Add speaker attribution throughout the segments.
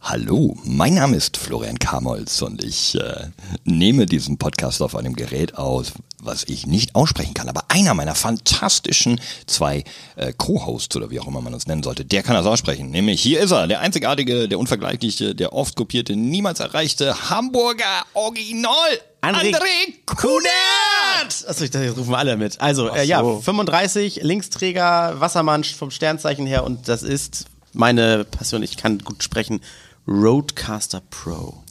Speaker 1: Hallo, mein Name ist Florian Kamolz und ich äh, nehme diesen Podcast auf einem Gerät aus, was ich nicht aussprechen kann. Aber einer meiner fantastischen zwei äh, Co-Hosts oder wie auch immer man uns nennen sollte, der kann das aussprechen. Nämlich hier ist er, der einzigartige, der unvergleichliche, der oft kopierte, niemals erreichte Hamburger Original.
Speaker 2: André
Speaker 1: Kunert!
Speaker 2: Achso, ich dachte, jetzt rufen wir alle mit. Also, äh, ja, 35, Linksträger, Wassermann vom Sternzeichen her und das ist meine Passion, ich kann gut sprechen, Roadcaster Pro.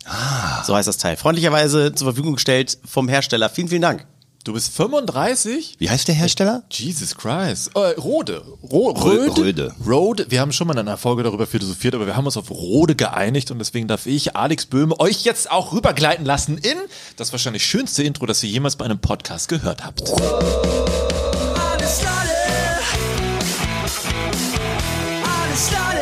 Speaker 2: So heißt das Teil. Freundlicherweise zur Verfügung gestellt vom Hersteller. Vielen, vielen Dank.
Speaker 3: Du bist 35?
Speaker 1: Wie heißt der Hersteller?
Speaker 3: Jesus Christ. Äh, Rode. Ro Röde.
Speaker 1: Röde.
Speaker 3: Rode. Wir haben schon mal in einer Folge darüber philosophiert, aber wir haben uns auf Rode geeinigt und deswegen darf ich, Alex Böhme, euch jetzt auch rübergleiten lassen in das wahrscheinlich schönste Intro, das ihr jemals bei einem Podcast gehört habt.
Speaker 4: Alles Lade. Alles Lade.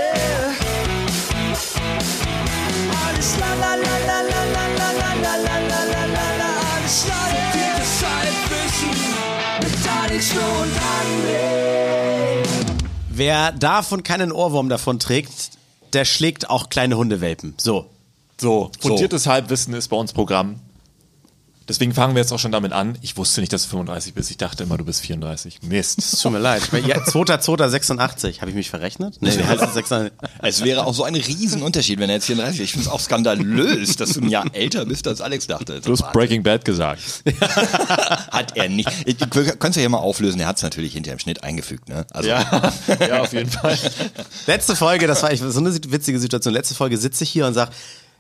Speaker 4: Alles la la la la la la la la la la la la la la alles Lade. Vertieftes Halbwissen mit Alex und André.
Speaker 2: Wer davon keinen Ohrwurm davon trägt, der schlägt auch kleine Hundewelpen. So.
Speaker 3: So, fundiertes Halbwissen ist bei uns Programm. Deswegen fangen wir jetzt auch schon damit an. Ich wusste nicht, dass du 35 bist. Ich dachte immer, du bist 34. Mist.
Speaker 2: Es tut mir leid. Ich meine, Ja, 2.2.86. Habe ich mich verrechnet? Nee, wie heißt das 86?
Speaker 1: Es wäre auch so ein Riesenunterschied, wenn er jetzt 34 ist. Ich finde es auch skandalös, dass du ein Jahr älter bist, als Alex dachte.
Speaker 3: Du hast Breaking Bad gesagt.
Speaker 1: Hat er nicht. Ich- Du könntest ja hier mal auflösen, er hat es natürlich hinter dem Schnitt eingefügt, ne? Also,
Speaker 3: ja, auf jeden Fall.
Speaker 2: Letzte Folge, das war ich, so eine sit- witzige Situation. Letzte Folge sitze ich hier und sag,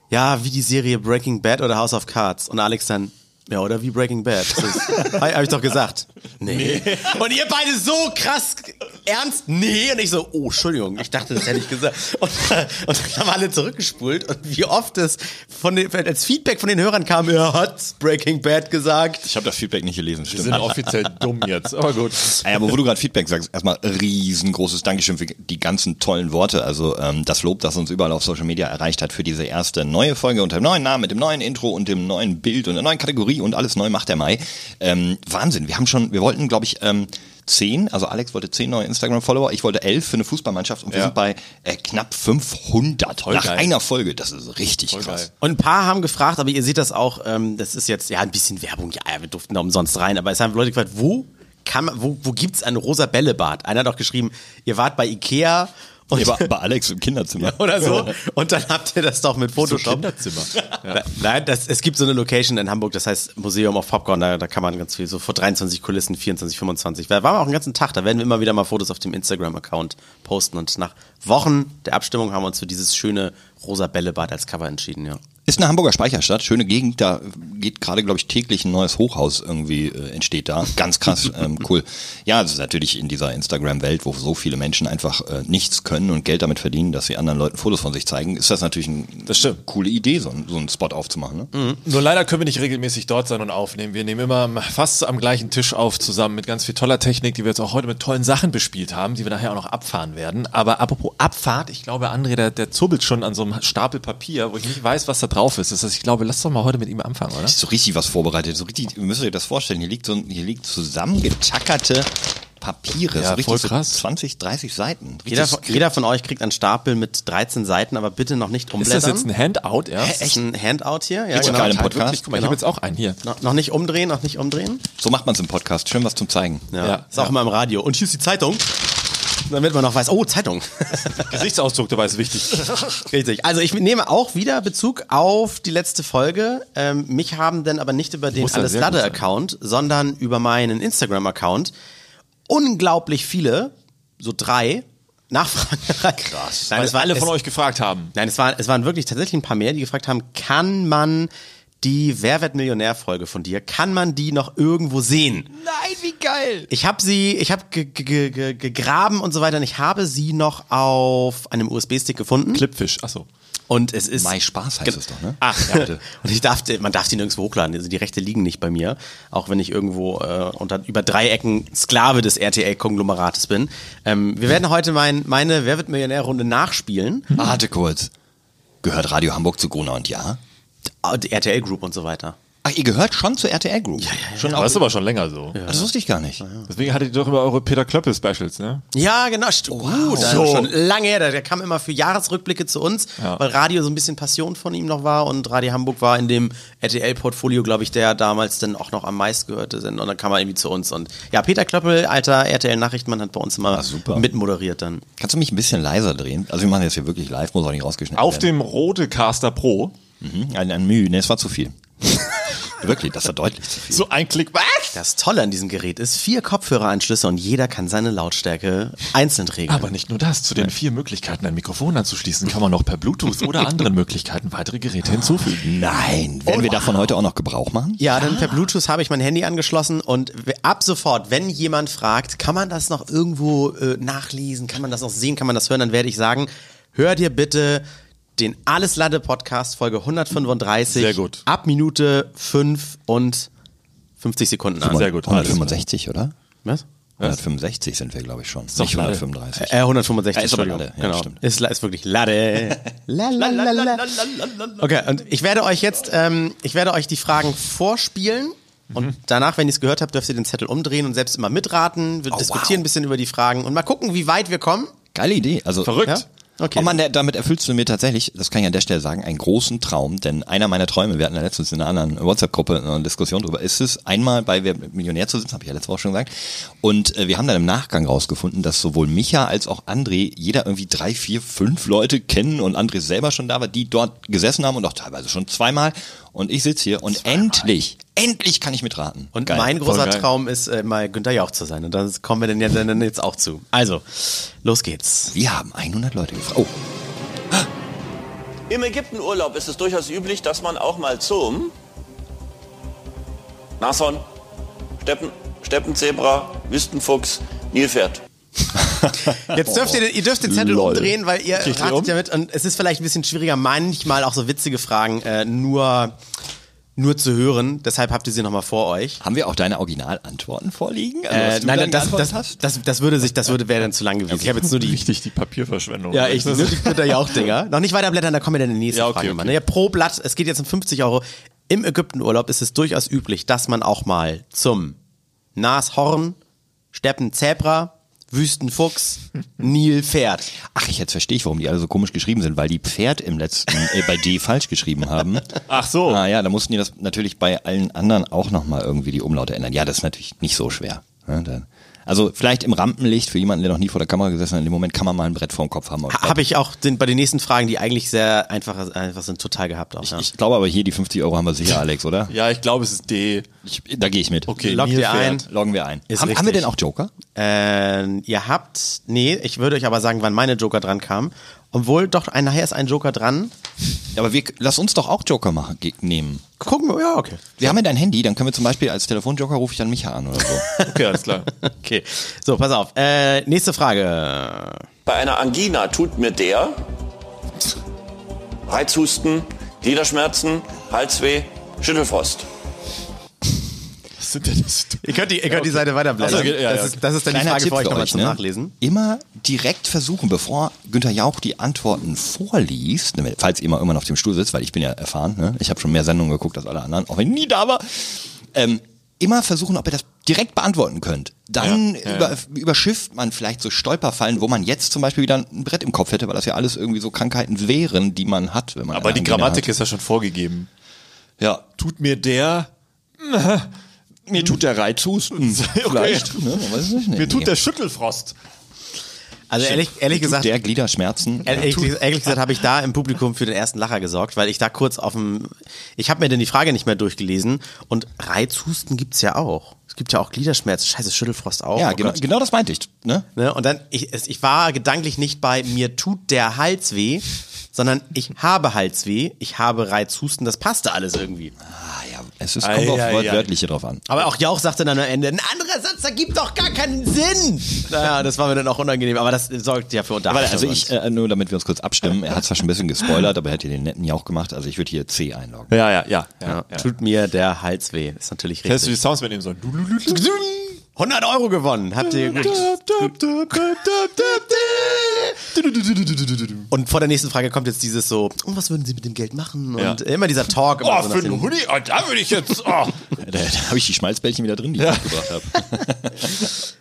Speaker 2: ja, wie die Serie Breaking Bad oder House of Cards. Und Alex dann, ja, oder wie Breaking Bad. Das ist- Hab hab ich doch gesagt. Nee. Und ihr beide so krass ernst, nee. Und ich so, oh, Entschuldigung, ich dachte, das hätte ich gesagt. Und, und dann haben alle zurückgespult. Und wie oft das von den, als Feedback von den Hörern kam, er hat Breaking Bad gesagt.
Speaker 1: ich habe das Feedback nicht gelesen,
Speaker 3: Wir sind
Speaker 1: stimmt.
Speaker 3: offiziell dumm jetzt, aber gut.
Speaker 1: Ey, aber wo du gerade Feedback sagst, erstmal riesengroßes Dankeschön für die ganzen tollen Worte. Also ähm, das Lob, das uns überall auf Social Media erreicht hat für diese erste neue Folge unter dem neuen Namen, mit dem neuen Intro und dem neuen Bild und der neuen Kategorie und alles neu macht der Mai. Ähm, Wahnsinn, wir haben schon, wir wollten, glaube ich, ähm, zehn, also Alex wollte zehn neue Instagram-Follower, ich wollte elf für eine Fußballmannschaft und wir
Speaker 3: Ja.
Speaker 1: sind bei äh, knapp 500 nach
Speaker 3: geil.
Speaker 1: einer Folge. Das ist richtig krass.
Speaker 3: geil.
Speaker 2: Und ein paar haben gefragt, aber ihr seht das auch, ähm, das ist jetzt ja ein bisschen Werbung, ja, ja, wir durften da umsonst rein, aber es haben Leute gefragt, wo kann man, wo, wo gibt's ein rosa Bällebad? Einer hat auch geschrieben, ihr wart bei Ikea und
Speaker 1: Ja, bei, bei Alex im Kinderzimmer.
Speaker 2: oder so und dann habt ihr das doch mit Photoshop.
Speaker 3: Kinderzimmer.
Speaker 2: Na- Nein, das, es gibt so eine Location in Hamburg, das heißt Museum of Popcorn, da, da kann man ganz viel, so vor 23 Kulissen, 24, 25. Da waren wir auch den ganzen Tag, da werden wir immer wieder mal Fotos auf dem Instagram-Account posten und nach Wochen der Abstimmung haben wir uns für dieses schöne rosa Bällebad als Cover entschieden, ja.
Speaker 1: Ist eine Hamburger Speicherstadt, schöne Gegend, da geht gerade, glaube ich, täglich ein neues Hochhaus irgendwie, äh, entsteht da. Ganz krass, ähm, cool. Ja, es ist natürlich in dieser Instagram-Welt, wo so viele Menschen einfach äh, nichts können und Geld damit verdienen, dass sie anderen Leuten Fotos von sich zeigen, ist das natürlich ein,
Speaker 3: Das stimmt. Mhm.
Speaker 1: eine coole Idee, so, ein, so einen Spot aufzumachen. Ne?
Speaker 3: Nur leider können wir nicht regelmäßig dort sein und aufnehmen. Wir nehmen immer am- fast am gleichen Tisch auf, zusammen mit ganz viel toller Technik, die wir jetzt auch heute mit tollen Sachen bespielt haben, die wir nachher auch noch abfahren werden. Aber apropos Abfahrt, ich glaube, André, der, der zubbelt schon an so einem Stapel Papier, wo ich nicht weiß, was da drauf ist. Das heißt, ich glaube, lass doch mal heute mit ihm anfangen, oder?
Speaker 1: Ist so richtig was vorbereitet, so richtig, ihr müsst euch das vorstellen, hier liegt so ein, hier liegt zusammengetackerte Papiere, so
Speaker 3: Ja,
Speaker 1: richtig
Speaker 3: voll
Speaker 1: so
Speaker 3: krass.
Speaker 1: 20, 30 Seiten.
Speaker 2: Jeder
Speaker 1: Richtig
Speaker 2: von, jeder von euch kriegt einen Stapel mit 13 Seiten, aber bitte noch nicht
Speaker 3: Ist
Speaker 2: umblättern.
Speaker 3: das jetzt ein Handout erst?
Speaker 2: echt Genau. ein Handout hier? Ja,
Speaker 1: Gibt's sogar im
Speaker 2: Total
Speaker 1: Podcast?
Speaker 2: wirklich,
Speaker 3: Guck mal, ich habe jetzt auch einen hier.
Speaker 2: Noch, noch nicht umdrehen, noch nicht umdrehen.
Speaker 1: so macht man es im Podcast, schön was zum Zeigen.
Speaker 2: Ja.
Speaker 3: Ja.
Speaker 2: Ist auch immer im Radio. Und hier ist die Zeitung. Damit man noch weiß, oh, Zeitung.
Speaker 3: Gesichtsausdruck dabei ist wichtig.
Speaker 2: Richtig. Also ich nehme auch wieder Bezug auf die letzte Folge. Ähm, mich haben denn aber nicht über den
Speaker 3: Muss ja sehr gut sein.
Speaker 2: Alles-Lade-Account, sondern über meinen Instagram-Account unglaublich viele, so drei, Nachfragen. Krass. Nein,
Speaker 3: Weil
Speaker 2: es war,
Speaker 3: alle
Speaker 2: es,
Speaker 3: von euch gefragt haben.
Speaker 2: Nein, es, war, es waren wirklich tatsächlich ein paar mehr, die gefragt haben, kann man die Wer wird Millionär-Folge von dir, kann man die noch irgendwo sehen?
Speaker 1: Nein, wie geil!
Speaker 2: Ich habe sie, ich habe ge ge ge gegraben und so weiter und ich habe sie noch auf einem USB-Stick gefunden.
Speaker 3: Clipfish, achso.
Speaker 2: Und es ist...
Speaker 1: Mai Spaß heißt es doch, ne?
Speaker 2: Ach, ja, bitte. und ich darf, man darf sie nirgendwo hochladen. Also die Rechte liegen nicht bei mir, auch wenn ich irgendwo äh, unter über drei Ecken Sklave des RTL-Konglomerates bin. Ähm, wir werden heute mein, meine Wer wird Millionär-Runde nachspielen.
Speaker 1: Warte kurz. Gehört Radio Hamburg zu Gruner und Ja?
Speaker 2: Ah, Die RTL Group und so weiter.
Speaker 1: Ach, ihr gehört schon zur RTL Group? Ja, ja, Schon
Speaker 3: Das
Speaker 1: auch,
Speaker 3: ist aber schon länger so.
Speaker 1: das wusste ich gar nicht.
Speaker 3: Deswegen hattet ihr doch immer eure Peter Klöppel-Specials, ne?
Speaker 2: Ja, genau. St Gut, das ist schon lange her. Der, der kam immer für Jahresrückblicke zu uns, weil Radio so ein bisschen Passion von ihm noch war und Radio Hamburg war in dem RTL-Portfolio, glaube ich, der damals dann auch noch am meisten gehörte sind. Und dann kam er irgendwie zu uns. Und ja, Peter Klöppel, alter RTL-Nachrichtmann, hat bei uns immer
Speaker 1: super.
Speaker 2: mitmoderiert dann.
Speaker 1: Kannst du mich ein bisschen leiser drehen? Also wir machen jetzt hier wirklich live, muss auch nicht rausgeschnitten
Speaker 3: Auf
Speaker 1: werden.
Speaker 3: dem Rodecaster Pro.
Speaker 1: Mhm, ein, ein Mühe, ne, es war zu viel. wirklich, das war deutlich zu viel.
Speaker 3: So ein Klick. Was?
Speaker 2: Das Tolle an diesem Gerät ist vier Kopfhöreranschlüsse und jeder kann seine Lautstärke einzeln regeln.
Speaker 3: Aber nicht nur das. Zu den vier Möglichkeiten, ein Mikrofon anzuschließen, kann man noch per Bluetooth oder anderen Möglichkeiten weitere Geräte hinzufügen.
Speaker 1: Nein, werden wir davon heute auch noch Gebrauch machen?
Speaker 2: Ja, dann per Bluetooth habe ich mein Handy angeschlossen und w- ab sofort, wenn jemand fragt, kann man das noch irgendwo äh, nachlesen, kann man das noch sehen, kann man das hören, dann werde ich sagen, hör dir bitte den Alles Lade Podcast Folge 135
Speaker 3: Sehr gut.
Speaker 2: ab Minute 5 und 50 Sekunden an.
Speaker 3: Sehr gut, alles
Speaker 1: 165, oder?
Speaker 2: Was?
Speaker 1: 165 sind wir, glaube ich, schon.
Speaker 3: doch
Speaker 1: Nicht
Speaker 3: Lade.
Speaker 1: 135.
Speaker 2: Äh, 165.
Speaker 1: Ja, ist aber
Speaker 2: Entschuldigung.
Speaker 1: Lade. Ja,
Speaker 2: genau.
Speaker 1: stimmt.
Speaker 2: ist, la- ist wirklich Lade. la, la, la, la. Okay, und ich werde euch jetzt, ähm, ich werde euch die Fragen vorspielen. Und
Speaker 1: Mhm.
Speaker 2: danach, wenn ihr es gehört habt, dürft ihr den Zettel umdrehen und selbst immer mitraten.
Speaker 1: Oh,
Speaker 2: Wir diskutieren ein bisschen über die Fragen und mal gucken, wie weit wir kommen.
Speaker 1: Geile Idee. Also,
Speaker 3: Verrückt.
Speaker 2: Ja? Okay.
Speaker 1: Oh Mann, der, damit erfüllst du mir tatsächlich, das kann ich an der Stelle sagen, einen großen Traum, denn einer meiner Träume, wir hatten ja letztens in einer anderen WhatsApp-Gruppe eine Diskussion drüber, ist es, einmal bei Wer wird Millionär zu sitzen, habe ich ja letzte Woche schon gesagt, und äh, wir haben dann im Nachgang rausgefunden, dass sowohl Micha als auch André, jeder irgendwie drei, vier, fünf Leute kennen und André selber schon da war, die dort gesessen haben und auch teilweise schon zweimal und ich sitze hier und endlich, endlich kann ich mitraten.
Speaker 2: Und
Speaker 1: Geil.
Speaker 2: mein großer
Speaker 3: voll geil.
Speaker 2: Traum ist, äh, mal Günther Jauch zu sein. Und da kommen wir denn ja dann jetzt auch zu. Also, los geht's.
Speaker 1: Wir haben 100 Leute gefragt. Oh,
Speaker 5: Im Ägyptenurlaub ist es durchaus üblich, dass man auch mal zum Nashorn, Steppen, Steppenzebra, Wüstenfuchs, Nilpferd.
Speaker 2: Jetzt dürft ihr, ihr dürft den Zettel
Speaker 1: Lol.
Speaker 2: umdrehen, weil ihr
Speaker 3: Kriegt ihr
Speaker 2: ratet
Speaker 3: um?
Speaker 2: damit und es ist vielleicht ein bisschen schwieriger, manchmal auch so witzige Fragen äh, nur, nur zu hören. Deshalb habt ihr sie nochmal vor euch.
Speaker 1: haben wir auch deine Originalantworten vorliegen? Also, was
Speaker 2: Äh,
Speaker 1: du
Speaker 2: nein,
Speaker 1: dann
Speaker 2: das,
Speaker 1: geantwortet
Speaker 2: das,
Speaker 1: hast?
Speaker 2: das, das, würde sich, das würde wäre dann zu lang gewesen. Ich habe jetzt nur die,
Speaker 3: Richtig, die Papierverschwendung.
Speaker 2: ja, ich, nur die Günther Jauch-Dinger. Noch nicht weiterblättern, da kommen wir dann in die nächste
Speaker 3: Ja, okay,
Speaker 2: Frage.
Speaker 3: okay.
Speaker 2: Mann. Ja, pro Blatt, es geht jetzt um 50 Euro. Im Ägyptenurlaub ist es durchaus üblich, dass man auch mal zum Nashorn, Steppenzebra, Wüstenfuchs, Nilpferd.
Speaker 1: Ach, ich jetzt verstehe ich, warum die alle so komisch geschrieben sind, weil die Pferd im letzten äh, bei D falsch geschrieben haben.
Speaker 3: Ach
Speaker 2: Äh,
Speaker 3: so.
Speaker 1: Ah ja, da mussten die das natürlich bei allen anderen auch nochmal irgendwie die Umlaute ändern. Ja, das ist natürlich nicht so schwer. ne, dann. Also vielleicht im Rampenlicht für jemanden, der noch nie vor der Kamera gesessen hat, in dem Moment kann man mal ein Brett vorm Kopf haben. Aber
Speaker 2: Habe ich auch den, bei den nächsten Fragen, die eigentlich sehr einfach, einfach sind, total gehabt auch. ja.
Speaker 1: ich glaube aber hier die 50 Euro haben wir sicher, Alex, oder?
Speaker 3: ja, ich glaube, es ist D.
Speaker 1: Ich, da gehe ich mit.
Speaker 3: Okay,
Speaker 2: Lockt ihr ein?
Speaker 3: Nilpferd.
Speaker 1: Loggen wir ein.
Speaker 2: Ist
Speaker 1: Haben, haben wir
Speaker 2: richtig.
Speaker 1: denn auch Joker?
Speaker 2: Ähm, ihr habt, nee, ich würde euch aber sagen, wann meine Joker dran kamen. Obwohl, doch, ein, nachher ist ein Joker dran.
Speaker 1: Aber wir, lass uns doch auch Joker machen, ge- nehmen.
Speaker 2: Gucken wir, ja, okay.
Speaker 1: Wir haben ja dein Handy, dann können wir zum Beispiel als Telefonjoker rufe ich dann Micha an oder so.
Speaker 3: Okay, alles klar.
Speaker 2: Okay. So, pass auf. Äh, nächste Frage.
Speaker 5: Bei einer Angina tut mir der Reizhusten, Gliederschmerzen, Halsweh, Schüttelfrost.
Speaker 3: Was sind denn das?
Speaker 2: Ihr könnt die, ihr könnt die Seite weiterblättern.
Speaker 3: Also, ja, ja,
Speaker 2: das,
Speaker 3: okay.
Speaker 2: ist, das ist dann die
Speaker 1: Kleiner
Speaker 2: Frage
Speaker 1: Tipp
Speaker 2: für euch
Speaker 1: für
Speaker 2: nochmal
Speaker 1: euch,
Speaker 2: zum
Speaker 1: ne?
Speaker 2: Nachlesen.
Speaker 1: Immer direkt versuchen, bevor Günther Jauch die Antworten vorliest, ne, falls ihr mal irgendwann auf dem Stuhl sitzt, weil ich bin ja erfahren, ne? ich habe schon mehr Sendungen geguckt als alle anderen, auch wenn ich nie da war, ähm, immer versuchen, ob ihr das direkt beantworten könnt. Dann
Speaker 3: Ja, ja, ja.
Speaker 1: über, überschifft man vielleicht so Stolperfallen, wo man jetzt zum Beispiel wieder ein Brett im Kopf hätte, weil das ja alles irgendwie so Krankheiten wären, die man hat, wenn man
Speaker 3: Aber
Speaker 1: eine
Speaker 3: die
Speaker 1: Angina
Speaker 3: Grammatik
Speaker 1: hat.
Speaker 3: ist ja schon vorgegeben.
Speaker 1: ja
Speaker 3: Tut mir der.
Speaker 1: mir tut der Reizhusten vielleicht, ne? man weiß es nicht.
Speaker 3: Mir tut der Schüttelfrost.
Speaker 2: Also ehrlich, ehrlich
Speaker 1: Mir tut
Speaker 2: gesagt,
Speaker 1: der Gliederschmerzen.
Speaker 2: Äh, ehrlich, ehrlich gesagt habe ich da im Publikum für den ersten Lacher gesorgt, weil ich da kurz auf dem, ich habe mir denn die Frage nicht mehr durchgelesen und Reizhusten gibt's ja auch. Es gibt ja auch Gliederschmerzen. Scheiße, Schüttelfrost auch.
Speaker 1: Ja,
Speaker 2: Oh
Speaker 1: genau,
Speaker 2: Gott.
Speaker 1: genau das meinte ich. Ne?
Speaker 2: Ne? Und dann, ich, es- ich war gedanklich nicht bei mir tut der Hals weh, sondern ich habe Halsweh, ich habe Reizhusten, das passte alles irgendwie.
Speaker 1: Ah ja, es ist,
Speaker 3: Ei,
Speaker 1: kommt auf
Speaker 3: ei,
Speaker 1: Wort-
Speaker 3: ei.
Speaker 1: Wörtliche drauf an.
Speaker 2: Aber auch Jauch sagte dann am Ende, ein anderer Satz, da gibt doch gar keinen Sinn. Naja, das war mir dann auch unangenehm, aber das sorgt ja für
Speaker 1: Aber
Speaker 2: Unterhaltung.
Speaker 1: also ich, äh, nur damit wir uns kurz abstimmen, er hat zwar schon ein bisschen gespoilert, aber er hat hier den netten Jauch gemacht, also ich würde hier C einloggen.
Speaker 3: Ja, ja, ja.
Speaker 2: ja,
Speaker 3: ja, ja.
Speaker 2: Tut mir der Hals weh, ist natürlich
Speaker 3: Hättest du
Speaker 2: richtig.
Speaker 3: die Sounds mitnehmen sollen. Mhm.
Speaker 2: 100 Euro gewonnen, habt ihr gut. Und vor der nächsten Frage kommt jetzt dieses so, und was würden Sie mit dem Geld machen? Und äh,
Speaker 3: Ja.
Speaker 2: immer dieser Talk. immer
Speaker 3: Oh,
Speaker 2: so
Speaker 3: für
Speaker 2: nach
Speaker 3: einen
Speaker 2: dem-
Speaker 3: Huni, oh, da würde ich jetzt. Oh.
Speaker 1: Da, da habe ich die Schmalzbällchen wieder drin, die ich mitgebracht habe.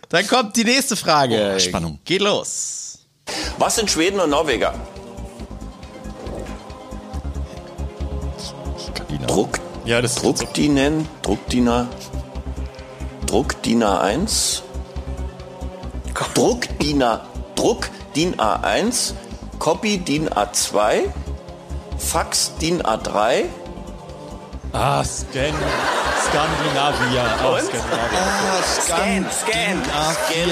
Speaker 2: Dann kommt die nächste Frage.
Speaker 1: Oh, Spannung.
Speaker 2: Geht los.
Speaker 5: Was sind Schweden und Norweger?
Speaker 1: Skandinavien.
Speaker 5: Druck,
Speaker 3: Ja, das
Speaker 5: Druckdienen, Druckdiener, Druckdiener 1, Druckdiener, Druckdien A1, Copy DIN A2, Fax DIN A3,
Speaker 3: Ah, Scan. Skandinavia. Oh, Skandinavia.
Speaker 5: Scan, Scan, Scan DIN A4.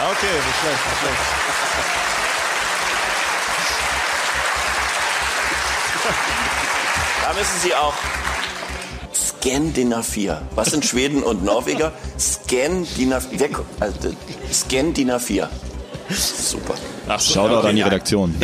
Speaker 3: Ja, okay, nicht schlecht, nicht schlecht.
Speaker 5: Da müssen Sie auch. Scan DIN A4. Was sind Schweden und Norweger? Scan DIN A4. Wer ko- Also, äh, Scan DIN A4. Super.
Speaker 3: Ach, so,
Speaker 1: Shoutout
Speaker 3: okay.
Speaker 1: an die Redaktion.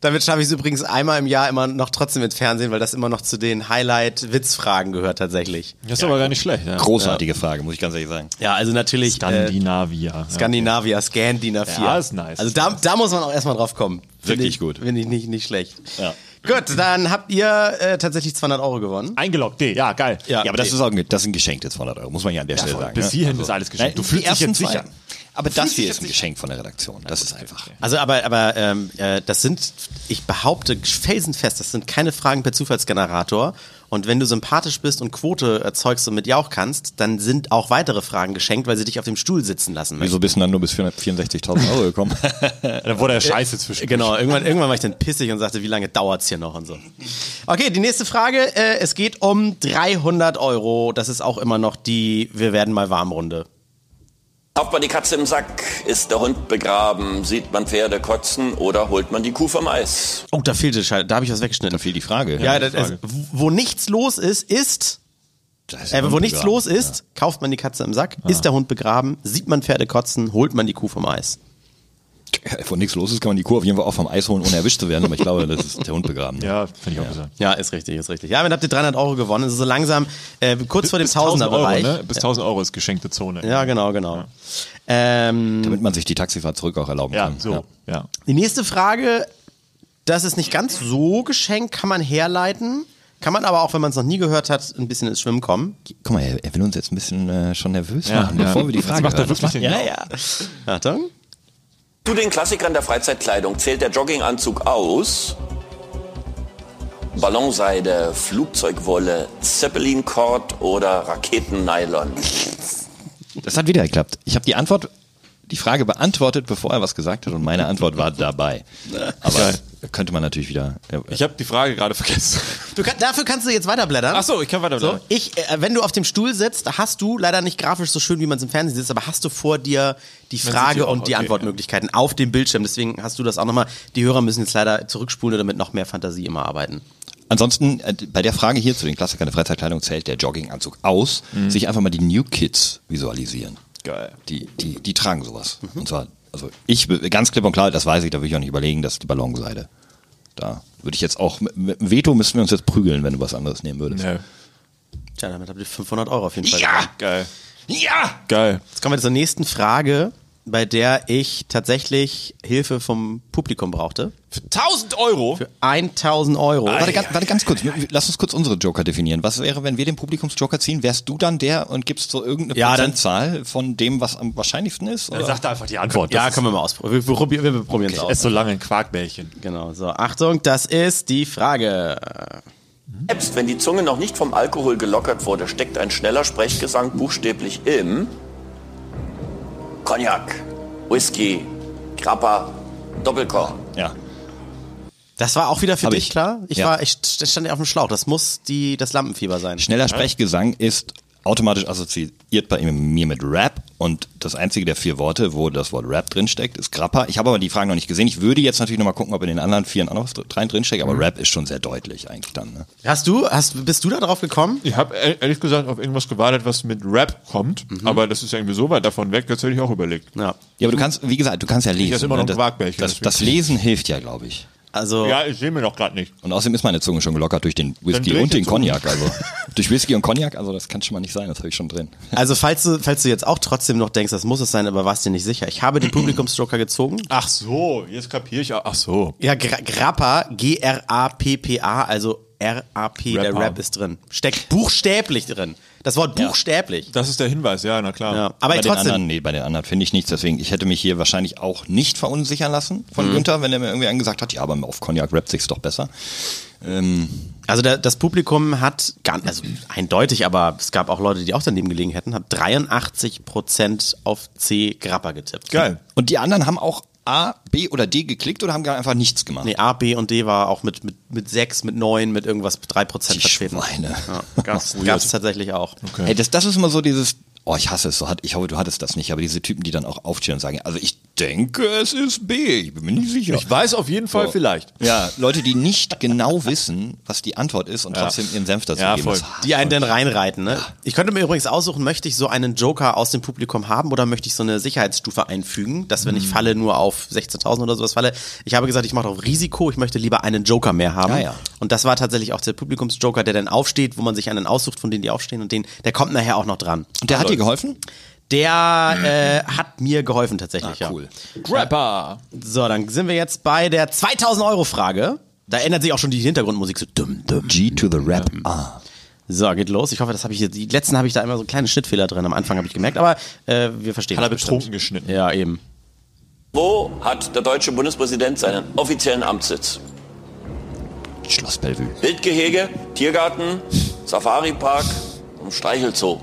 Speaker 2: Damit schaffe ich es übrigens einmal im Jahr immer noch trotzdem mit Fernsehen, weil das immer noch zu den Highlight-Witzfragen gehört tatsächlich.
Speaker 3: Das ist aber gar nicht schlecht. Ja.
Speaker 1: Großartige Frage, muss ich ganz ehrlich sagen.
Speaker 2: Ja, also natürlich äh,
Speaker 3: Skandinavia.
Speaker 2: Skandinavia, Scandina 4.
Speaker 3: Ja, ist nice.
Speaker 2: Also da, da muss man auch erstmal drauf kommen. Find
Speaker 1: Wirklich
Speaker 2: ich,
Speaker 1: gut.
Speaker 2: Finde ich nicht, nicht schlecht.
Speaker 1: Ja.
Speaker 2: Gut, dann habt ihr äh, tatsächlich 200 Euro gewonnen.
Speaker 3: Eingeloggt, D, ja, geil.
Speaker 1: Ja, aber das ist auch ein, das ist ein Geschenk jetzt 200 Euro, muss man ja an der Stelle sagen.
Speaker 3: Bis
Speaker 1: ne?
Speaker 3: hierhin ist alles geschenkt.
Speaker 1: Nein, die ersten zwei. Aber das hier ist ein Geschenk von der Redaktion. Das ist einfach.
Speaker 2: Also, aber, aber ähm, äh, das sind, ich behaupte felsenfest, das sind keine Fragen per Zufallsgenerator. Und wenn du sympathisch bist und Quote erzeugst und mit Ja auch kannst, dann sind auch weitere Fragen geschenkt, weil sie dich auf dem Stuhl sitzen lassen möchten.
Speaker 1: Wieso bist du dann nur bis 464.000 Euro gekommen?
Speaker 3: Da wurde der Scheiße zwischen.
Speaker 2: Genau, irgendwann, irgendwann war ich dann pissig und sagte, wie lange dauert's hier noch und so. Okay, die nächste Frage. Äh, es geht um 300 Euro. Das ist auch immer noch die Wir werden mal warm Runde.
Speaker 5: Kauft man die Katze im Sack, ist der Hund begraben, sieht man Pferde kotzen oder holt man die Kuh vom Eis?
Speaker 2: Oh, da fehlte Schall. Da habe ich was weggeschnitten.
Speaker 1: Da fiel die Frage.
Speaker 2: ja, das, also, wo nichts los ist, ist. Äh, wo nichts los ist, kauft man die Katze im Sack, ist der Hund begraben, sieht man Pferde kotzen, holt man die Kuh vom Eis.
Speaker 1: Wo nichts los ist, kann man die Kuh auf jeden Fall auch vom Eis holen, ohne erwischt zu werden. Aber ich glaube, das ist der Hund begraben. ne?
Speaker 3: Ja, finde ich auch besser.
Speaker 2: Ja, ist richtig, ist richtig. Ja, damit habt ihr 300 Euro gewonnen. Also so langsam, äh, kurz vor dem
Speaker 3: Bis 1000 Euro,
Speaker 2: 1000er-Bereich.
Speaker 3: ne? Bis 1000 Euro ist geschenkte Zone.
Speaker 2: Ja, genau, genau. Ähm,
Speaker 1: Damit man sich die Taxifahrt zurück auch erlauben
Speaker 3: Ja,
Speaker 1: kann.
Speaker 3: so. Ja.
Speaker 2: Die nächste Frage, das ist nicht ganz so geschenkt, kann man herleiten. Kann man aber auch, wenn man es noch nie gehört hat, ein bisschen ins Schwimmen kommen.
Speaker 1: Guck mal, er, er will uns jetzt ein bisschen äh, schon nervös
Speaker 3: Ja,
Speaker 1: machen,
Speaker 3: ja.
Speaker 1: bevor wir die
Speaker 3: Das
Speaker 1: Frage
Speaker 3: macht er
Speaker 1: hören.
Speaker 3: wirklich den- Ja,
Speaker 1: ja.
Speaker 2: Genau. Achtung.
Speaker 5: Zu den Klassikern der Freizeitkleidung zählt der Jogginganzug aus. Ballonseide, Flugzeugwolle, Zeppelin-Cord oder Raketen-Nylon.
Speaker 1: Das hat wieder geklappt. Ich habe die Antwort, die Frage beantwortet, bevor er was gesagt hat und meine Antwort war dabei. Aber könnte man natürlich wieder. äh,
Speaker 3: Ich habe die Frage gerade vergessen.
Speaker 2: Du kann, dafür kannst du jetzt weiterblättern.
Speaker 3: Ach so, ich kann weiterblättern.
Speaker 2: So, ich, äh, wenn du auf dem Stuhl sitzt, hast du leider nicht grafisch so schön, wie man es im Fernsehen sieht, aber hast du vor dir die
Speaker 3: sieht die
Speaker 2: Frage
Speaker 3: auch,
Speaker 2: und die
Speaker 3: okay,
Speaker 2: Antwortmöglichkeiten auf dem Bildschirm. Deswegen hast du das auch nochmal. Die Hörer müssen jetzt leider zurückspulen, damit noch mehr Fantasie immer arbeiten.
Speaker 1: Ansonsten, äh, bei der Frage hier zu den Klassikern der Freizeitkleidung zählt der Jogginganzug aus, sich einfach mal die New Kids visualisieren.
Speaker 3: Mhm. Geil. Mhm.
Speaker 1: Die, die, die tragen sowas. Und zwar, also ich, ganz klipp und klar, das weiß ich, da würde ich auch nicht überlegen, dass die Ballonseide. Da würde ich jetzt auch, mit, mit dem Veto müssten wir uns jetzt prügeln, wenn du was anderes nehmen würdest.
Speaker 3: Nee.
Speaker 2: Tja, damit habt ihr 500 Euro auf jeden Fall.
Speaker 1: Ja!
Speaker 3: Geil.
Speaker 1: Ja!
Speaker 3: Geil.
Speaker 2: Jetzt kommen wir zur nächsten Frage, bei der ich tatsächlich Hilfe vom Publikum brauchte.
Speaker 3: Für 1000 Euro?
Speaker 2: 1000 Euro.
Speaker 1: Warte, ganz, warte ganz kurz, lass uns kurz unsere Joker definieren. Was wäre, wenn wir den Publikumsjoker ziehen? Wärst du dann der und gibst so irgendeine
Speaker 2: Ja, dann-
Speaker 1: Prozentzahl von dem, was am wahrscheinlichsten ist? Oder?
Speaker 3: Dann sagt er einfach die Antwort.
Speaker 2: ja,
Speaker 3: Das
Speaker 2: können wir mal ausprobieren. Wir, wir, probier- wir probieren es
Speaker 3: ist, ist
Speaker 2: aus.
Speaker 3: so lange ein Quarkbällchen.
Speaker 2: Genau, so. Achtung, das ist die Frage.
Speaker 5: Selbst wenn die Zunge noch nicht vom Alkohol gelockert wurde, steckt ein schneller Sprechgesang buchstäblich im Cognac, Whisky, Grappa, Doppelkorn.
Speaker 1: ja.
Speaker 2: Das war auch wieder für
Speaker 1: Hab
Speaker 2: dich
Speaker 1: ich.
Speaker 2: klar. Ich
Speaker 1: Ja.
Speaker 2: war, ich st- stand auf dem Schlauch. Das muss die, das Lampenfieber sein.
Speaker 1: Schneller Sprechgesang ist automatisch assoziiert bei mir mit Rap und das einzige der vier Worte, wo das Wort Rap drinsteckt, ist Grappa. Ich habe aber die Fragen noch nicht gesehen. Ich würde jetzt natürlich nochmal gucken, ob in den anderen vier noch was drin- drinsteckt,
Speaker 3: Mhm.
Speaker 1: aber Rap ist schon sehr deutlich eigentlich dann. Ne?
Speaker 2: Hast du, hast, bist du da drauf gekommen?
Speaker 3: Ich habe ehrlich gesagt auf irgendwas gewartet, was mit Rap kommt, aber das ist ja irgendwie so weit davon weg, das hätte ich auch überlegt.
Speaker 2: Ja.
Speaker 1: Ja, aber du kannst, wie gesagt, du kannst ja lesen.
Speaker 3: esse immer noch
Speaker 1: ne?
Speaker 3: ein Quarkbällchen,
Speaker 1: das, das,
Speaker 3: deswegen.
Speaker 1: das Lesen hilft ja, glaube ich.
Speaker 2: Also,
Speaker 3: Ja, ich sehe mir noch gerade nicht.
Speaker 1: Und außerdem ist meine Zunge schon gelockert durch den Whisky
Speaker 3: dreh ich
Speaker 1: und den
Speaker 3: jetzt um.
Speaker 1: Cognac. Also durch Whisky und Cognac, also das kann schon mal nicht sein, das habe ich schon drin.
Speaker 2: also falls, du, falls du jetzt auch trotzdem noch denkst, das muss es sein, aber warst dir nicht sicher. Ich habe den Publikumsjoker gezogen.
Speaker 1: Ah.
Speaker 3: Ach so, jetzt kapiere ich. auch- Ach so.
Speaker 2: Ja, Gra Grappa, G-R-A-P-P-A, also R-A-P, der
Speaker 3: Rapper.
Speaker 2: Rap ist drin. Steckt buchstäblich drin. Das Wort buchstäblich.
Speaker 3: Das ist der Hinweis, ja, na klar.
Speaker 2: Ja. Aber
Speaker 1: bei den
Speaker 2: trotzdem,
Speaker 1: anderen, nee, bei den anderen finde ich nichts. Deswegen, ich hätte mich hier wahrscheinlich auch nicht verunsichern lassen von Günther, wenn er mir irgendwie angesagt hat, ja, aber auf Cognac rappt sich's doch besser.
Speaker 2: also der, das Publikum hat, gar, also eindeutig, aber es gab auch Leute, die auch daneben gelegen hätten, hat 83% auf C Grappa getippt.
Speaker 3: Geil.
Speaker 1: Und die anderen haben auch A, B oder D geklickt oder haben gar einfach nichts gemacht.
Speaker 2: Nee, A, B und D war auch mit, mit, mit 6, mit 9, mit irgendwas 3%
Speaker 1: Die
Speaker 2: vertreten.
Speaker 1: Schweine.
Speaker 2: Ja, gab's, gab's tatsächlich auch.
Speaker 1: Ey, das, das ist immer so dieses, oh, ich hasse es so, hat- ich hoffe, du hattest das nicht, aber diese Typen, die dann auch aufstehen und sagen, also ich denke, es ist B, ich bin mir nicht sicher.
Speaker 3: Ich weiß auf jeden Fall
Speaker 1: So.
Speaker 3: vielleicht.
Speaker 1: Ja, Leute, die nicht genau wissen, was die Antwort ist und trotzdem ihren Senf dazu
Speaker 3: Ja,
Speaker 1: geben.
Speaker 3: voll.
Speaker 1: Das ist hart.
Speaker 2: Die einen dann reinreiten, ne? Ich könnte mir übrigens aussuchen, möchte ich so einen Joker aus dem Publikum haben oder möchte ich so eine Sicherheitsstufe einfügen, dass
Speaker 1: Hm.
Speaker 2: wenn ich falle, nur auf 16.000 oder sowas falle. Ich habe gesagt, ich mache auf Risiko, ich möchte lieber einen Joker mehr haben.
Speaker 1: Ah, ja.
Speaker 2: Und das war tatsächlich auch der Publikumsjoker, der dann aufsteht, wo man sich einen aussucht, von denen die aufstehen und den, der kommt nachher auch noch dran.
Speaker 1: Und der hat dir geholfen?
Speaker 2: Der äh, hat mir geholfen tatsächlich,
Speaker 1: Mhm. Ah,
Speaker 2: ja.
Speaker 1: cool.
Speaker 3: Grappa.
Speaker 2: So, dann sind wir jetzt bei der 2000-Euro-Frage. Da ändert sich auch schon die Hintergrundmusik so dumm, dumm.
Speaker 1: G to the rap. Ah.
Speaker 2: So, geht los. Ich hoffe, das habe ich jetzt. Die letzten habe ich da immer so einen kleinen Schnittfehler drin. Am Anfang habe ich gemerkt, aber äh, wir verstehen.
Speaker 3: Hat er
Speaker 2: das
Speaker 3: betrunken geschnitten.
Speaker 2: Ja, eben.
Speaker 5: Wo hat der deutsche Bundespräsident seinen offiziellen Amtssitz?
Speaker 1: Schloss Bellevue.
Speaker 5: Wildgehege, Tiergarten, Safaripark und Streichelzoo.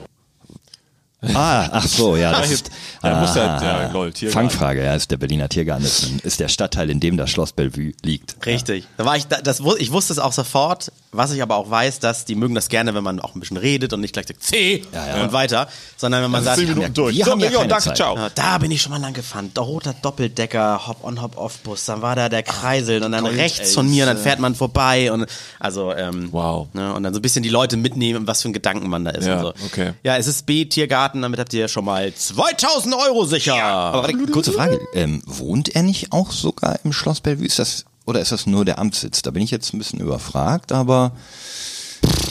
Speaker 1: Ah, ach so, ja. Das
Speaker 3: Ja,
Speaker 1: ist,
Speaker 3: da muss
Speaker 1: ah,
Speaker 3: halt, ja, lol, Tiergarten.
Speaker 1: Fangfrage, ja, ist der Berliner Tiergarten. Ist, ein- ist der Stadtteil, in dem das Schloss Bellevue liegt.
Speaker 2: Richtig. Da war ich, da, das, wu- ich wusste es auch sofort. Was ich aber auch weiß, dass die mögen das gerne, wenn man auch ein bisschen redet und nicht gleich sagt, C und weiter, sondern wenn man sagt,
Speaker 3: Also Zehn Minuten durch.
Speaker 1: wir haben ja
Speaker 3: jo,
Speaker 1: keine
Speaker 3: danke,
Speaker 1: Zeit.
Speaker 3: ciao.
Speaker 2: Ja, Da bin ich schon mal lang gefahren. Der roter Doppeldecker, Hop-on, Hop-off-Bus. Dann war da der Kreisel und dann rechts von mir, dann fährt man vorbei und also ähm,
Speaker 3: Wow.
Speaker 2: Ne, und dann so ein bisschen die Leute mitnehmen, was für ein Gedanken man da ist.
Speaker 3: Ja,
Speaker 2: und so.
Speaker 3: okay.
Speaker 2: Ja, es ist B Tiergarten. Damit habt ihr schon mal 2000 Euro sicher.
Speaker 1: Aber warte, kurze Frage. Ähm, wohnt er nicht auch sogar im Schloss Bellevue? Ist das, oder ist das nur der Amtssitz? Da bin ich jetzt ein bisschen überfragt, aber